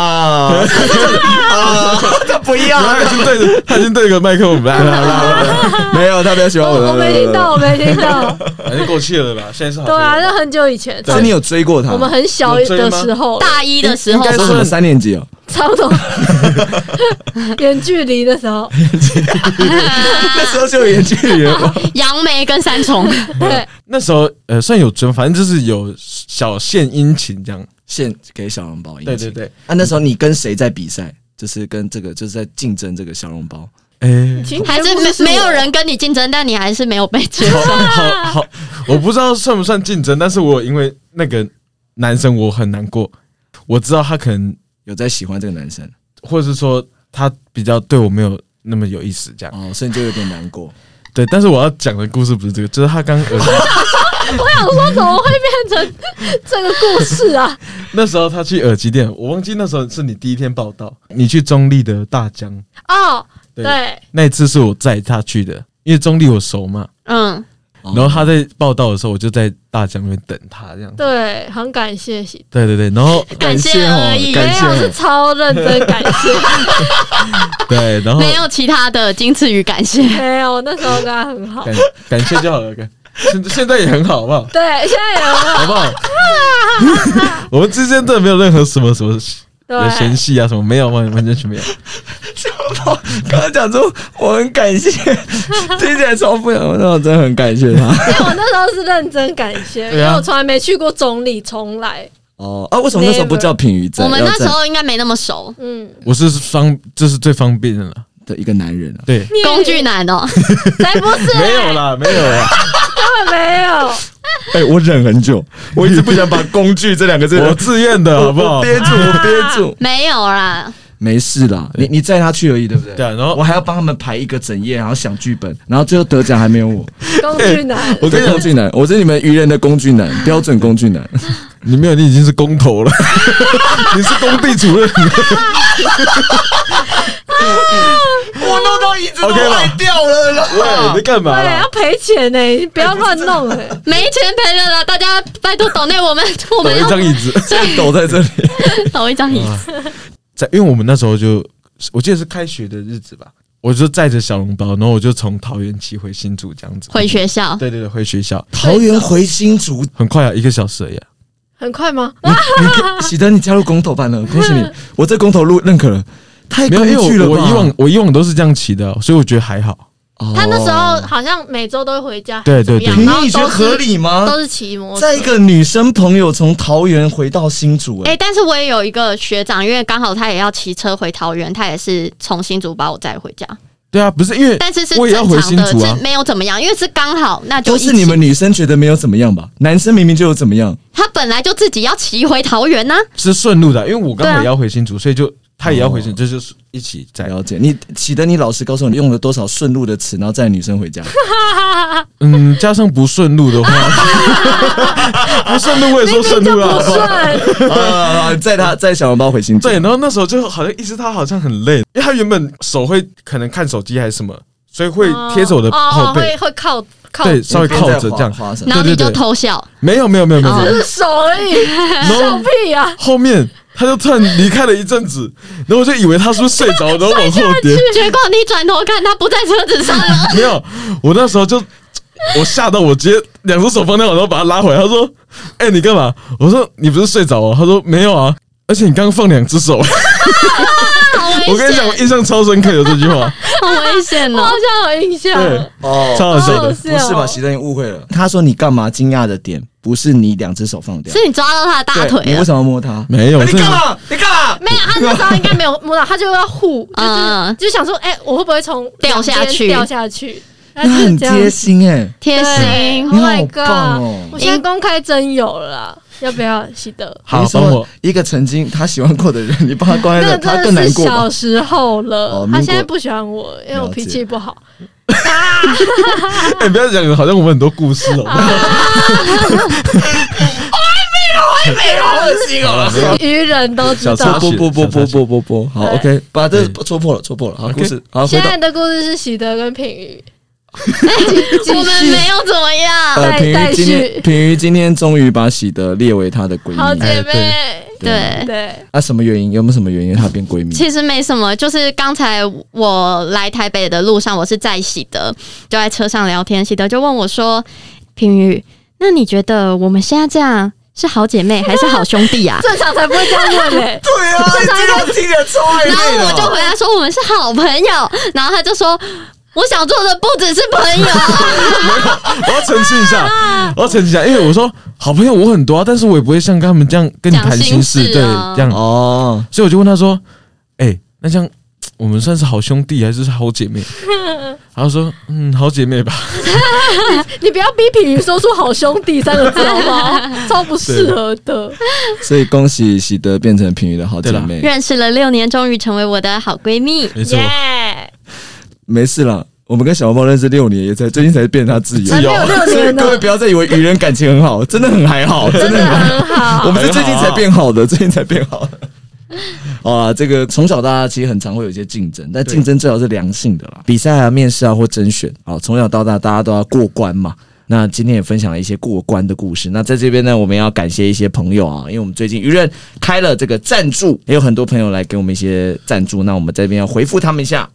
S1: 啊，他不 <laughs> 要，
S3: <laughs> 他已经对着他已经对着麦克风啊啦 <laughs> 啦啦啦啦，
S1: 没有，他没有喜欢我。
S4: 我没听到，我没听到。
S3: 反哎正过气了吧，现在是好
S4: 对啊，那很久以前，
S1: 是你有追过他？
S4: 我们很小的时候，
S2: 大一的时候
S1: 应该说我们三年级哦，
S4: 差不多 <laughs> 远距离的时候，
S1: <laughs> 那时候就有远距离了吧。
S2: 杨梅跟三
S4: <laughs>
S2: 重，
S4: 对，
S3: 那时候呃算有追，反正就是有小献殷勤这样。
S1: 献给小笼包，
S3: 对对。对，
S1: 啊，那时候你跟谁在比赛？就是跟这个，就是在竞争这个小笼包。
S3: 哎、
S4: 请
S2: 还是
S4: 全部都
S2: 没没有
S4: 我
S2: 人跟你竞争，但你还是没有被追。
S3: 好好，我不知道算不算竞争，但是我因为那个男生我很难过，我知道他可能，
S1: 有在喜欢这个男生
S3: 或者是说他比较对我没有那么有意思，这样
S1: 哦，所以你就有点难过。
S3: 对。但是我要讲的故事不是这个，就是他刚耳机
S4: 想说怎么会变成这个故事啊？
S3: 那时候他去耳机店，我忘记那时候是你第一天报道，你去中立的大江
S4: <laughs> 哦，
S3: 对
S4: 对，
S3: 那一次是我载他去的，因为中立我熟嘛，
S2: 嗯，
S1: 然
S3: 然后他在报道的时候，我就在大江那边等他这样。
S4: 对，很感谢喜，
S3: 对对对，然后
S2: 感谢而
S3: 哦
S2: 已，
S3: 感
S4: 没有
S3: 谢
S4: 是
S3: 哦，
S4: 超认真
S3: <laughs>
S4: 感谢，
S3: 对，然后
S2: 没有其他的，仅此于感谢。
S4: 没有那时候跟他很好，
S2: <laughs>
S3: 感感谢就好了，感现现在也很好，好不好？ <laughs>
S4: 对，现在有了
S3: 好不好？我们之间真的没有任何什么什么有
S4: 对
S3: 嫌，隙啊什么没有，完完全没有。
S1: <laughs> 刚刚讲说我很感 <laughs> 谢，听起来超不了，那我真的很感谢他。
S4: 因为我那时候是认真感谢，因
S3: 对
S4: 为
S3: 啊
S4: 我从来没去过中立，从来，
S1: <laughs> 哦啊，为什么那时候不叫品瑜在？
S2: 我们那时
S1: 要
S2: 候应该没那么熟，
S4: 嗯，
S3: 我是方，这是最方便的了。
S1: 在的一个男人啊，
S3: 对，
S4: 你
S2: 工具男
S3: <laughs>
S2: 哦、
S4: 才不是、
S3: 没有啦，没有啦，
S4: 根本没有，
S1: 哎、我忍很久，我一直不想把“工具”这两个 <laughs> 字
S3: 我自愿的好不好？
S1: 憋住，我憋住，
S2: 没有啦，
S1: <laughs> 没事啦，你你载他去而已，对不对？
S3: 对啊，然后
S1: 我还要帮他们排一个整夜，然后想剧本，然后最后得奖还没有我。
S4: 工
S3: <laughs>
S4: 具男，
S1: 我跟你工具男，我是你们愚人的工具男，标准工具男。 <laughs>
S3: 你没有，你已经是工头了， <laughs> 你是工地 <laughs> 主任。
S1: 我弄到椅子
S3: 都坏
S1: 掉了啦。
S3: 喂，你在干嘛
S4: 对，
S3: 啦
S4: 要？赔钱呢、你不要乱弄哎、
S2: 没钱赔了啦，大家拜托抖内我们，我
S3: <laughs> 抖
S2: 们
S3: 一张啊
S2: 要
S3: 椅子，
S1: 抖在这里，
S2: 抖一张椅子。
S3: 在，因为我们那时候就，我记得是开学的日子吧，我就载着小笼包，然后我就从桃园骑回新竹这样子。
S2: 回学校，
S3: 对对对，回学校
S1: <laughs> 桃园回新竹，
S3: 很快啊，一个小时而已啊、
S4: 很快吗？
S1: <laughs> 喜德，你加入公投班了，恭喜你！我在公投路认可了，太
S2: 哎
S3: 没
S1: 工
S3: 有，因
S1: 具
S3: 为
S1: 了
S3: 我我
S1: 吧
S3: 以往我以往都是这样骑的，所以我觉得还好。
S1: 哦
S4: 他那时候好像每周都会回家，
S3: 对对
S4: 还是怎么
S3: 对
S1: 你
S4: 样然后
S1: 觉得
S4: 都是
S1: 合理吗？
S4: 都是骑摩托
S1: 在一
S4: 车。
S1: 个女生朋友从桃园回到新竹、
S2: 哎、
S1: 哎、
S2: 但是我也有一个学长，因为刚好他也要骑车回桃园，他也是从新竹把我载回家，
S3: 对啊，不是因为
S2: 但是是
S3: 我也要
S2: 正
S3: 回
S2: 常
S3: 新
S2: 的，
S3: 竹啊
S2: 是，没有怎么样，因为是刚好，那就
S1: 都
S2: 一
S1: 是
S2: 起
S1: 你们女生觉得没有怎么样吧？男生明明就有怎么样，
S2: 他本来就自己要骑回桃园啊呐、
S3: 是顺路的，因为我刚
S2: 对
S3: 好
S2: 啊
S3: 也要回新竹，所以就他也要回新竹，这就是一起载。
S1: 哦了解你启德，你老师告诉我你用了多少顺路的词，然后载女生回 <laughs> 家，
S3: 嗯，加上不顺路的话，不顺路我也说顺
S4: 就
S3: 路啊
S4: 不。顺，
S1: 啊，载她载小笼包回新竹，
S3: 对，然后那时候就好像意识到他好像很累，因为他原本手会可能看手机还是什么，所以会贴着我的
S4: 哦，
S3: 后
S4: 哦
S3: 背
S4: 会，会靠靠，
S3: 对，
S4: 只
S3: 稍微靠着这样。
S1: 花
S2: 然后你
S3: 对
S2: 就
S3: 对对
S2: 偷笑，
S3: 没有没有没有没有，没有
S4: 是手而已，
S3: 然后
S4: 放屁 <laughs> 啊！
S3: 后面他就突然离开了一阵子，然后我就以为他是不是睡着，然后往后跌，
S2: 结果你转头看他不在车子上了，
S3: 没有，我那时候就我吓到，我直接两只手放在我，然后把他拉回来。他说：“哎、你干嘛？”我说：“你不是睡着哦？”他说：“没有啊，而且你刚刚放两只手。”
S2: <laughs> 好
S3: <laughs> 我
S2: 危
S3: 跟你讲，我
S2: 险，
S3: 印象超深刻，有这句话，
S2: 好危险
S4: 我
S2: 哦
S4: 好！像有印象，
S3: 对，
S1: 哦
S3: 超好笑的。
S1: 不是
S4: 哦
S1: 吧？喜德，你误会了。他说你干嘛？惊讶的点不是你两只手放掉，
S2: 是你抓到他的大
S1: 对
S2: 腿
S1: 你为
S2: 了，
S1: 什么要摸他？
S3: 没有，
S1: 哎你
S3: 真
S1: 干
S3: 的
S1: 嘛？你干嘛？
S4: 没有，他那时候应该没有摸到，他就要护，就
S2: 嗯
S4: 是啊就想说，哎、我会不会从
S2: 掉下去
S4: 两边掉下去？他
S1: 你很
S4: 这样
S1: 贴心哎、
S2: 贴
S4: 对
S2: 心。
S4: ，Oh my
S1: 你好
S4: god！、
S1: 棒哦
S4: 我现在公开真有了啦，要不要喜德？
S3: 好
S1: 你说
S3: 帮我
S1: 一个曾经他喜欢过的人，你帮他关
S4: 那
S1: 了，
S4: 个
S1: 他
S4: 真
S1: 更
S4: 的
S1: 难
S4: 是
S1: 过吧
S4: 小？时候了
S1: 哦，民
S4: 他
S1: 国
S4: 现在不喜欢我，因为我脾气不好。
S3: 哎、不要讲，好像我们很多故事哦。
S1: 好恶心哦！
S4: 愚人都知
S3: 啊小时候
S4: 道。
S1: 不不不不不不不，好
S4: 对
S1: ，OK，把这
S3: 对
S1: 戳破了，戳破了。好，
S3: OK
S1: 故事，好，回
S4: 现
S1: 到
S4: 在的故事是喜德跟品哎瑜，
S2: 我们没有怎么样，
S1: 呃，
S4: 待
S1: 平
S4: 待
S1: 鱼今
S4: 续
S1: 天，平鱼今天终于把喜德列为她的闺
S4: 好
S1: 蜜。
S4: 姐
S3: 哎
S4: 妹。
S2: 对。
S4: 对，
S1: 那什么原因？有没有什么原因她变闺蜜？。
S2: 其实没什么，就是刚才我来台北的路上，我是在喜德，就在车上聊天，喜德就问我说：“平宇，那你觉得我们现在这样是好姐妹还是好兄弟
S4: <laughs>
S2: 啊？”
S4: 正常才不会这样问嘞
S1: 对啊，这个听起来超暧
S2: 然后我就回答说我们是好朋友，然后他就说我想做的不只是朋友，
S3: 我要澄清一下，我要澄清一下，因为我说好朋友我很多、啊，但是我也不会像跟他们这样跟你谈心
S2: 讲
S3: 事，
S2: 心
S3: 对
S2: 事啊，
S3: 这样。
S1: 哦，
S3: 所以我就问他说：“哎、那这样我们算是好兄弟还是好姐妹？”
S2: <laughs>
S3: 然后说：“嗯，好姐妹吧。
S4: 你不要逼品瑜说出“好兄弟”三个字好不好？超不适合的。
S1: 所以恭喜喜德变成平鱼的好姐妹。
S2: 认识了六年，终于成为我的好闺蜜”。
S3: <laughs> 没错
S4: 耶，，
S1: 没事啦，我们跟小红帽认识六年，也才最近才变成她自由。
S3: 自由
S4: 还没有六
S1: 所以 <laughs>
S4: 年呢
S1: 各位，不要再以为愚人感情很好，真的很还好，真
S4: 真
S1: 的
S4: 的
S1: 很还好。
S4: 很好。
S1: 我们是最近才变好的，最近才变好 <laughs> 的。好啊，这个从小到大其实很常会有一些竞争，但竞争最好是良性的啦，比赛啊、面试啊或甄选啊，从小到大大家都要过关嘛。那今天也分享了一些过关的故事。那在这边呢，我们要感谢一些朋友啊，因为我们最近愚人开了这个赞助，也有很多朋友来给我们一些赞助，那我们这边要回复他们一下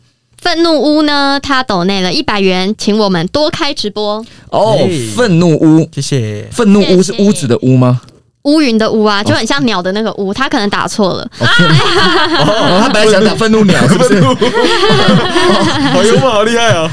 S2: 愤怒屋呢，他抖内了一百元，请我们多开直播。
S1: 哦
S3: 嘿。
S1: 愤怒屋，
S3: 谢谢。
S1: 愤怒屋是
S2: 谢
S1: <laughs>
S2: 谢
S1: 屋子的屋吗？
S2: 乌云的乌啊，就很像鸟的那个乌，他可能打错了。
S1: 哦，他本来想打 <laughs> 愤怒鸟，是不是？
S3: 好幽哎默，好厉害啊！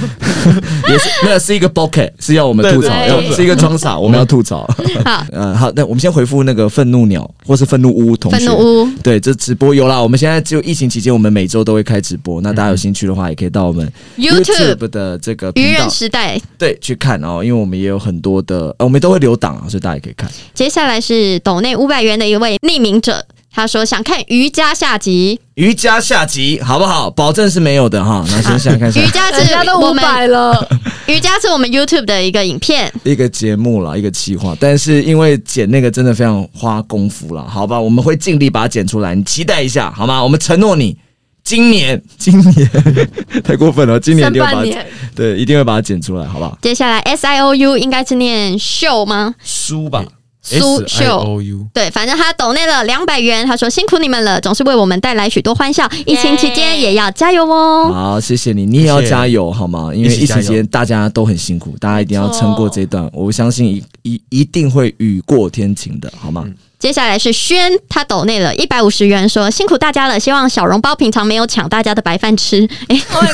S1: 也是没有，是一个 bucket，是要我们吐槽，
S4: 对对
S1: 要是一个装傻，我们要吐槽。
S2: <laughs>
S1: <laughs>
S2: 好，
S1: 嗯，好，那我们先回复那个愤怒鸟或是愤怒屋同学。
S2: 愤怒屋，
S1: 对，这直播有啦。我们现在就疫情期间，我们每周都会开直播。那大家有兴趣的话，也可以到我们
S2: 嗯 YouTube
S1: 的这个
S2: 愚
S1: 频道
S2: 人时代，
S1: 对去看哦，因为我们也有很多的，呃，我们都会留档啊，所以大家也可以看。
S2: 接下来是斗内五百元的一位匿名者，他说想看瑜伽下集，
S1: 瑜伽下集好不好？保证是没有的哈。那先想看一下
S2: 瑜伽
S4: 人
S2: 是
S4: 家都
S2: 我
S4: 五
S2: 们
S4: 百了，
S2: 瑜伽是我们 YouTube 的一个影片，
S1: 一个节目啦，一个企划，但是因为剪那个真的非常花功夫啦，好吧，我们会尽力把它剪出来，你期待一下好吗？我们承诺你，今年，今年 <laughs> 太过分了，今年一
S4: 上
S1: 定会把
S4: 半
S1: 它
S4: 年
S1: 对，一定会把它剪出来，好不好？
S2: 接下来 S I O U 应该是念秀吗？
S1: 书吧，
S2: 苏
S3: S I
S2: 秀。
S3: O U，
S2: 对，反正他抖内了两百元，他说辛苦你们了，总是为我们带来许多欢笑。疫情期间也要加油哦！
S1: 好，谢谢你，你也要
S3: 谢谢
S1: 加油好吗？因为
S3: 一起
S1: 疫情
S3: 加油
S1: 期间大家都很辛苦，大家一定要
S4: 没错
S1: 撑过这段，我相信一一一定会雨过天晴的，好吗？
S2: 接下来是轩，他抖内了一百五十元，说辛苦大家了，希望小笼包平常没有抢大家的白饭吃。 <laughs> 哎、
S4: ，Oh my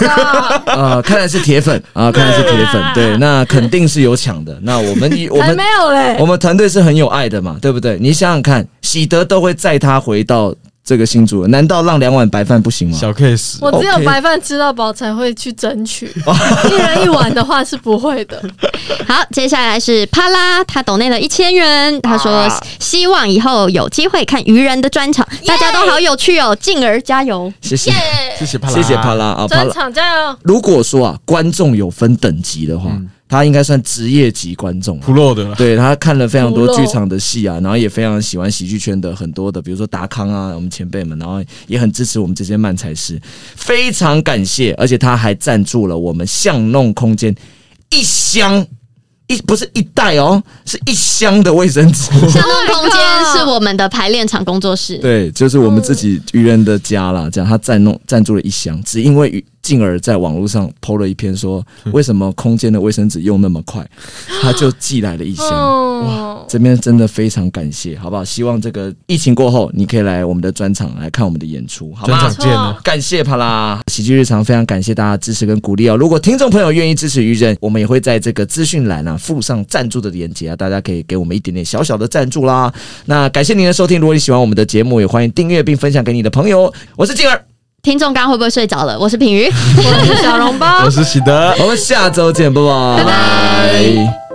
S4: god，
S1: 呃，看来是铁粉啊，看来是铁粉，对，那肯定是有抢的。那我们我
S4: 还
S1: 们
S4: 没有嘞
S1: 我，们团队是很有爱的嘛，对不对？你想想看，喜德都会载他回到这个新竹了，难道让两碗白饭不行吗？
S3: 小 case，
S4: 我只有
S1: OK
S4: 白饭吃到饱才会去争取，一人一碗的话是不会的。
S2: 好，接下来是帕拉，他抖内了一千元，他说希望以后有机会看愚人的专场，大家都好有趣哦，进而加油。
S1: 谢谢，
S3: 谢谢帕拉，
S1: 谢谢帕拉啊，帕
S4: 专
S1: 拉。
S4: 场加油！
S1: 如果说啊，观众有分等级的话，他应该算职业级观众啊。
S3: ，Pro 的
S1: <laughs> 对他看了非常多
S4: 苦肉
S1: 剧场的戏 <laughs> 啊，然后也非常喜欢喜剧圈的很多的，比如说达康啊，我们前辈们，然后也很支持我们这些漫才师，非常感谢，而且他还赞助了我们巷弄空间一箱一不是一袋哦，是一箱的卫生纸。
S2: <laughs> 相啊同空间是我们的排练场工作室。
S1: <laughs> 对，就是我们自己愚人的家啦，这样他赞弄赞助了一箱，只因为进而在网络上 PO 了一篇 <laughs> 说为什么空间的卫生纸用那么快，他就寄来了一箱。
S4: 嗯，
S1: 这边真的非常感谢，好不好？希望这个疫情过后，你可以来我们的专场来看我们的演出，好
S3: 专
S1: 吗
S3: 场？见
S4: 没
S3: 了
S4: 错，
S1: 感谢帕拉喜剧日常，非常感谢大家的支持跟鼓励哦。如果听众朋友愿意支持愚人，我们也会在这个资讯栏啊附上赞助的链接啊，大家可以给我们一点点小小的赞助啦。那感谢您的收听，如果你喜欢我们的节目，也欢迎订阅并分享给你的朋友哦。我是静儿，
S2: 听众刚刚会不会睡着了？我是品瑜。
S4: 我是小笼包
S3: 我，是喜德。
S1: 我们下周见，拜拜。
S2: 拜拜